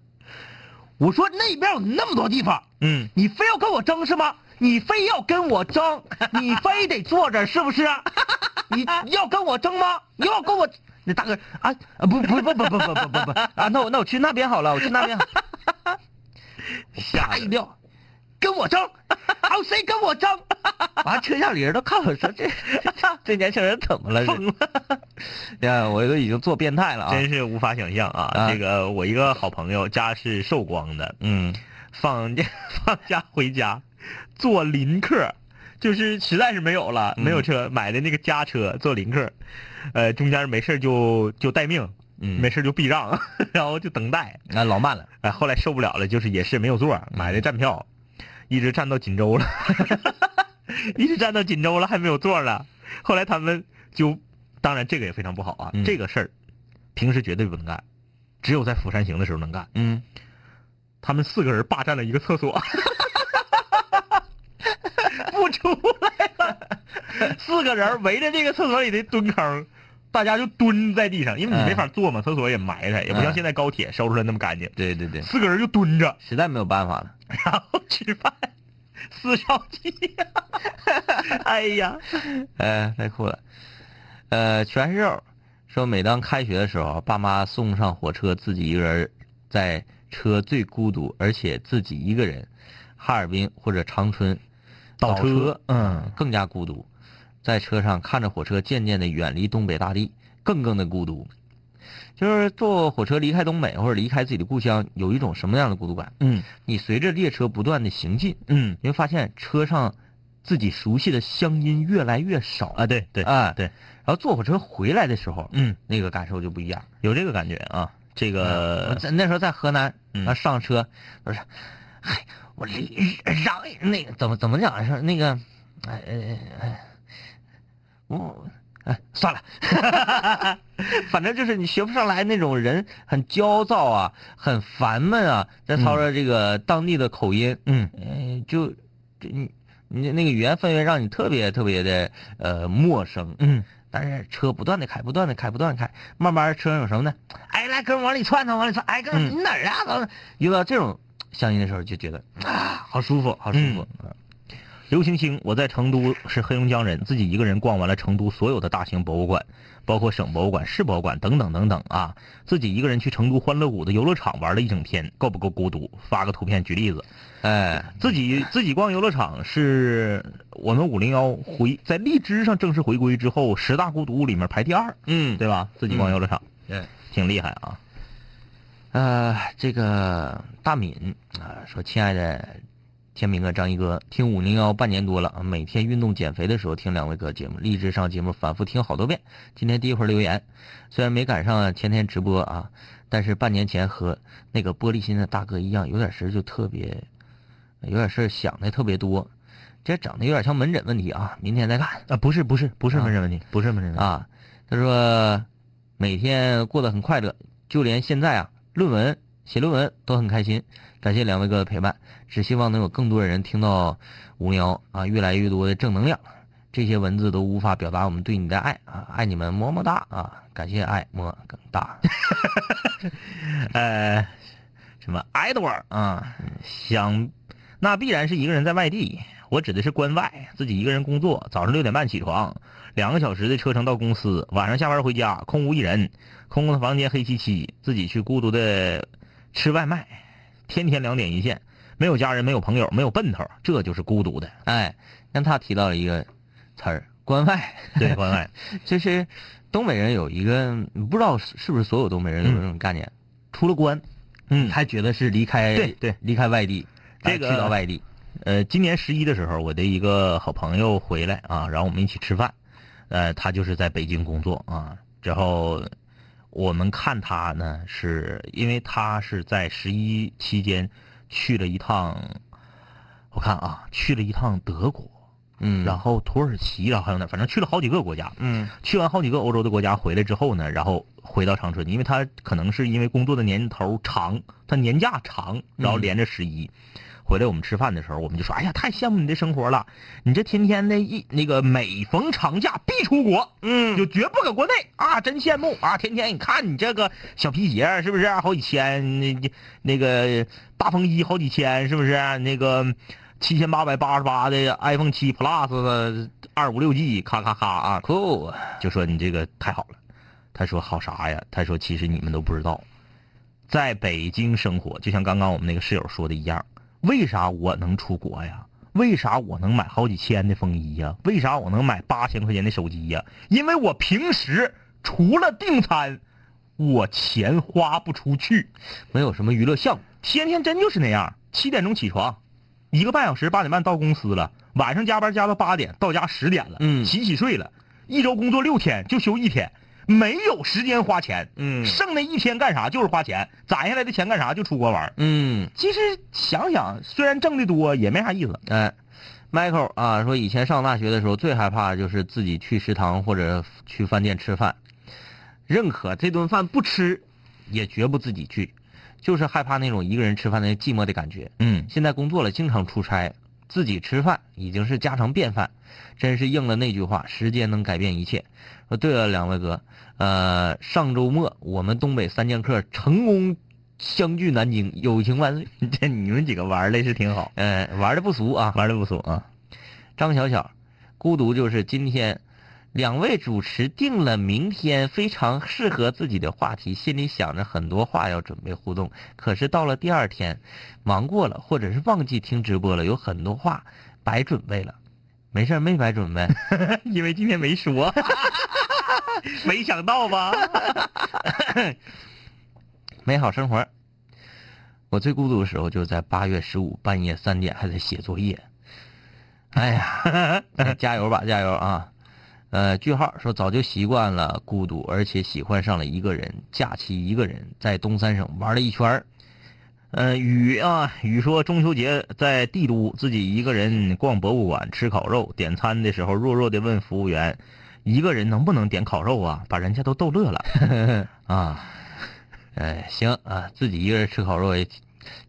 Speaker 3: 我说那边有那么多地方，
Speaker 2: 嗯
Speaker 3: 你非要跟我争是吗？你非要跟我争，你非得坐这儿是不是？你要跟我争吗？你要跟我？那大哥啊啊不不不不不不不不不啊！那我那我去那边好了，我去那边。我吓
Speaker 2: 哎
Speaker 3: 一跳，跟我争，还有谁跟我争？ 完，车厢里人都看我说这这这年轻人怎么了？ 疯了！呀，我都已经做变态了啊！
Speaker 2: 真是无法想象啊！这个我一个好朋友家是寿光的，
Speaker 3: 嗯，
Speaker 2: 放假 放假回家，坐临客，就是实在是没有了，没有车，买的那个家车坐临客，呃，中间没事儿就就待命，
Speaker 3: 嗯
Speaker 2: 没事儿就避让， 然后就等待，
Speaker 3: 那老慢了。
Speaker 2: 哎，后来受不了了，就是也是没有座儿，买的站票，一直站到锦州了， 一直站到锦州了，还没有座儿了。后来他们就，当然这个也非常不好啊，
Speaker 3: 嗯
Speaker 2: 这个事儿平时绝对不能干，只有在《釜山行》的时候能干。
Speaker 3: 嗯，
Speaker 2: 他们四个人霸占了一个厕所， 不出来了，四个人围着这个厕所里的蹲坑。大家就蹲在地上，因为你没法坐嘛，厕所也埋汰，也不
Speaker 3: 嗯
Speaker 2: 像现在高铁收出来那么干净。
Speaker 3: 对对对，
Speaker 2: 四个人就蹲着，
Speaker 3: 实在没有办法了。
Speaker 2: 然后吃饭，四烧鸡。哎呀，
Speaker 3: 哎，太酷了。呃，全是肉。说每当开学的时候，爸妈送上火车，自己一个人在车最孤独，而且自己一个人，哈尔滨或者长春
Speaker 2: 倒
Speaker 3: 车
Speaker 2: 车嗯
Speaker 3: 更加孤独。在车上看着火车渐渐的远离东北大地，更更的孤独。就是坐火车离开东北或者离开自己的故乡，有一种什么样的孤独感？
Speaker 2: 嗯
Speaker 3: 你随着列车不断的行进，
Speaker 2: 嗯
Speaker 3: 你会发现车上自己熟悉的乡音越来越少
Speaker 2: 啊，对对，
Speaker 3: 啊，
Speaker 2: 对。
Speaker 3: 然后坐火车回来的时候，
Speaker 2: 嗯，
Speaker 3: 那个感受就不一样。
Speaker 2: 有这个感觉啊。这
Speaker 3: 嗯我
Speaker 2: 个
Speaker 3: 在那时候在河南，
Speaker 2: 嗯
Speaker 3: 啊，上哎车，我说，嗨，我离让那个怎么怎么讲？说那个哎哎哎，我哎算了， 反正就是你学不上来那种人，很焦躁啊，很烦闷啊，再操着这个当地的口音，
Speaker 2: 嗯
Speaker 3: 嗯、就就你你那个语言氛围让你特别特别的呃陌生，
Speaker 2: 嗯，
Speaker 3: 但是车不断的开，不断的开，不断的开，慢慢车上有什么呢？哎，来哥们儿往里窜窜，往里窜，哎哥们儿
Speaker 2: 嗯
Speaker 3: 你哪儿啊？完了遇到这种乡音的时候，就觉得啊，好舒服，好舒服。
Speaker 2: 刘星星，我在成都是黑龙江人，自己一个人逛完了成都所有的大型博物馆，包括省博物馆、市博物馆等等等等啊。自己一个人去成都欢乐谷的游乐场玩了一整天，够不够孤独？发个图片举例子，
Speaker 3: 哎，
Speaker 2: 自己自己逛游乐场是我们五零幺回在荔枝上正式回归之后十大孤独里面排第二，
Speaker 3: 嗯，
Speaker 2: 对吧？自己逛游乐场，
Speaker 3: 对，
Speaker 2: 挺厉害啊。
Speaker 3: 呃，这个大敏啊、说：“亲爱的天明哥、啊张一哥，听五零幺半年多了，啊每天运动减肥的时候听两位哥节目，励志上节目反复听好多遍。今天第一回留言，虽然没赶上前天直播啊，但是半年前和那个玻璃心的大哥一样，有点事儿就特别，有点事儿想的特别多。这整的有点像门诊问题啊，明天再看。
Speaker 2: 啊，不是不是不是
Speaker 3: 啊
Speaker 2: 门诊问题，不是门诊问题。
Speaker 3: 啊，他说每天过得很快乐，就连现在啊，论文写论文都很开心。感谢两位哥的陪伴，只希望能有更多的人听到无聊啊，越来越多的正能量。这些文字都无法表达我们对你的爱啊，爱你们么么哒啊，感谢爱么更 大。
Speaker 2: 呃，什么 Edward 啊，想那必然是一个人在外地，我指的是关外，自己一个人工作，早上六点半起床，两个小时的车程到公司，晚上下班回家，空无一人，空空的房间黑漆漆，自己去孤独的吃外卖，天天两点一线，没有家人，没有朋友，没有奔头，这就是孤独的。
Speaker 3: 哎，让他提到了一个词儿，关外。
Speaker 2: 对，关外，
Speaker 3: 就是东北人有一个，不知道是是不是所有东北人有这种概念，出了关，
Speaker 2: 嗯
Speaker 3: 还觉得是离开
Speaker 2: 对对
Speaker 3: 离开外地，
Speaker 2: 这
Speaker 3: 啊
Speaker 2: 个
Speaker 3: 去到外地，
Speaker 2: 呃，今年十一的时候，我的一个好朋友回来啊，然后我们一起吃饭，呃，他就是在北京工作啊，然后我们看他呢，是因为他是在十一期间去了一趟，我看啊，去了一趟德国，
Speaker 3: 嗯，
Speaker 2: 然后土耳其，然后还有哪儿，反正去了好几个国家，
Speaker 3: 嗯
Speaker 2: 去完好几个欧洲的国家回来之后呢，然后回到长春，因为他可能是因为工作的年头长，他年假长，然后连着十一、回来我们吃饭的时候，我们就说：“哎呀，太羡慕你的生活了，你这天天的一那个每逢长假必出国，
Speaker 3: 嗯
Speaker 2: 就绝不搁国内啊，真羡慕啊！天天你看你这个小皮鞋是不是好几千，那那那个大风衣好几千是不是？那个七千八百八十八的 iPhone 七 Plus 的二五六 G，咔咔咔啊，
Speaker 3: 酷，
Speaker 2: 就说你这个太好了。他说好啥呀？他说其实你们都不知道，在北京生活，就像刚刚我们那个室友说的一样，为啥我能出国呀？为啥我能买好几千的风衣呀？为啥我能买八千块钱的手机呀？因为我平时除了订餐，我钱花不出去，
Speaker 3: 没有什么娱乐项目，
Speaker 2: 天天真就是那样。七点钟起床，一个半小时，八点半到公司了，晚上加班加到八点，到家十点了，
Speaker 3: 嗯
Speaker 2: 洗洗睡了，一周工作六天就休一天，没有时间花钱，
Speaker 3: 嗯
Speaker 2: 剩那一天干啥就是花钱，攒下来的钱干啥就出国玩儿。
Speaker 3: 嗯，
Speaker 2: 其实想想，虽然挣的多，也没啥意思。
Speaker 3: 哎。Michael 啊，说以前上大学的时候最害怕就是自己去食堂或者去饭店吃饭，认可这顿饭不吃，也绝不自己去，就是害怕那种一个人吃饭的寂寞的感觉。
Speaker 2: 嗯
Speaker 3: 现在工作了，经常出差，自己吃饭已经是家常便饭，真是应了那句话：时间能改变一切。说对了，两位哥，呃，上周末我们东北三剑客成功相聚南京，友情万岁。
Speaker 2: 这你们几个玩的是挺好，
Speaker 3: 呃，玩的不俗啊，
Speaker 2: 玩的不错啊。
Speaker 3: 张小小，孤独就是今天。两位主持定了明天非常适合自己的话题，心里想着很多话要准备互动，可是到了第二天，忙过了或者是忘记听直播了，有很多话白准备了。没事儿，没白准备。
Speaker 2: 因为今天没说， 没想到吧？
Speaker 3: 美好生活。我最孤独的时候就是在八月十五半夜三点还在写作业。哎呀， 加油吧，加油啊！呃，句号说早就习惯了孤独，而且喜欢上了一个人。假期一个人在东三省玩了一圈儿
Speaker 2: 呃，雨啊，雨说中秋节在帝都自己一个人逛博物馆吃烤肉，点餐的时候弱弱的问服务员，一个人能不能点烤肉啊？把人家都逗乐了啊！
Speaker 3: 哎，行啊，自己一个人吃烤肉也挺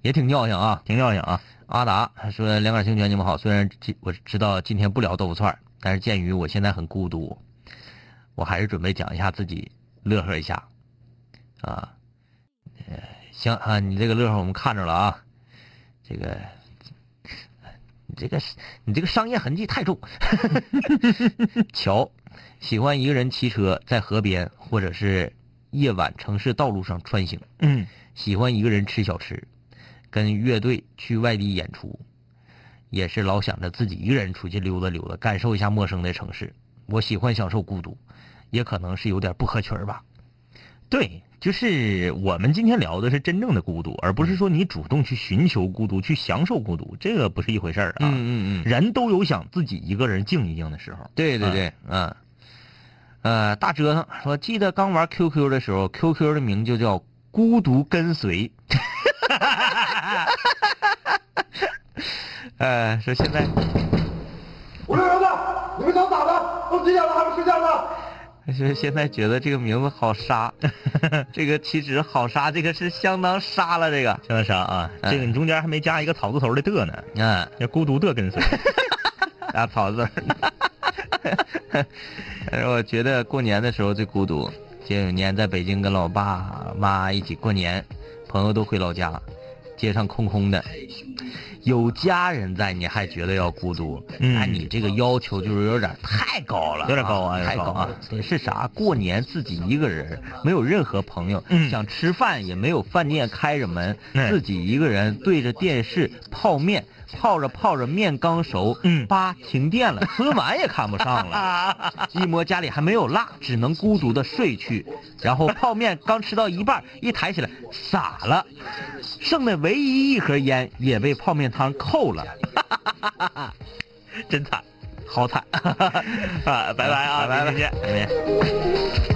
Speaker 3: 也挺尿性啊。
Speaker 2: 挺尿性啊！
Speaker 3: 阿达说：“两杆清泉，你们好。虽然今我知道今天不聊豆腐串儿，但是鉴于我现在很孤独，我还是准备讲一下自己乐呵一下。啊，呃，行啊，你这个乐呵我们看着了啊。这个，你这个你这个商业痕迹太重。 乔喜欢一个人骑车在河边或者是夜晚城市道路上穿行。
Speaker 2: 嗯，
Speaker 3: 喜欢一个人吃小吃，跟乐队去外地演出，也是老想着自己一个人出去溜达溜达，感受一下陌生的城市。我喜欢享受孤独，也可能是有点不合群儿吧。
Speaker 2: 对，就是我们今天聊的是真正的孤独，而不是说你主动去寻求孤独、去享受孤独，这个不是一回事儿啊。
Speaker 3: 嗯嗯嗯，
Speaker 2: 人都有想自己一个人静一静的时候。
Speaker 3: 对对对，嗯，呃，大折腾说，记得刚玩 QQ 的时候，QQ 的名就叫“孤独跟随”。呃，说现在
Speaker 8: 我说儿子，你们都咋的？都几点了还不睡觉呢？
Speaker 3: 就是现在觉得这个名字好杀， 这个岂止好杀，这个是相当杀了这个。
Speaker 2: 相当啥啊？
Speaker 3: 哎
Speaker 2: 这个你中间还没加一个草字头的的呢，
Speaker 3: 嗯，
Speaker 2: 叫孤独的跟随。
Speaker 3: 打草字儿。 但是我觉得过年的时候最孤独。这有年在北京跟老爸妈一起过年，朋友都回老家，街上空空的，有家人在，你还觉得要孤独？
Speaker 2: 嗯
Speaker 3: 那你这个要求就是有点太高了啊，
Speaker 2: 有点高啊有点
Speaker 3: 太
Speaker 2: 高
Speaker 3: 高
Speaker 2: 啊
Speaker 3: 啊！也是啥？过年自己一个人，没有任何朋友，
Speaker 2: 嗯
Speaker 3: 想吃饭也没有饭店开着门，
Speaker 2: 哎
Speaker 3: 自己一个人对着电视泡面，泡着泡着面刚熟，
Speaker 2: 嗯
Speaker 3: 吧停电 了，春晚也看不上了，一摸家里还没有辣，只能孤独的睡去。然后泡面刚吃到一半，一抬起来傻了，剩的唯一一盒烟也被泡面汤扣了， 真惨，好惨 啊！
Speaker 2: 拜拜啊
Speaker 3: 拜拜，
Speaker 2: 明天见
Speaker 3: 拜拜。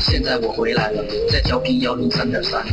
Speaker 7: 现在我回来了，在调频幺零三点三。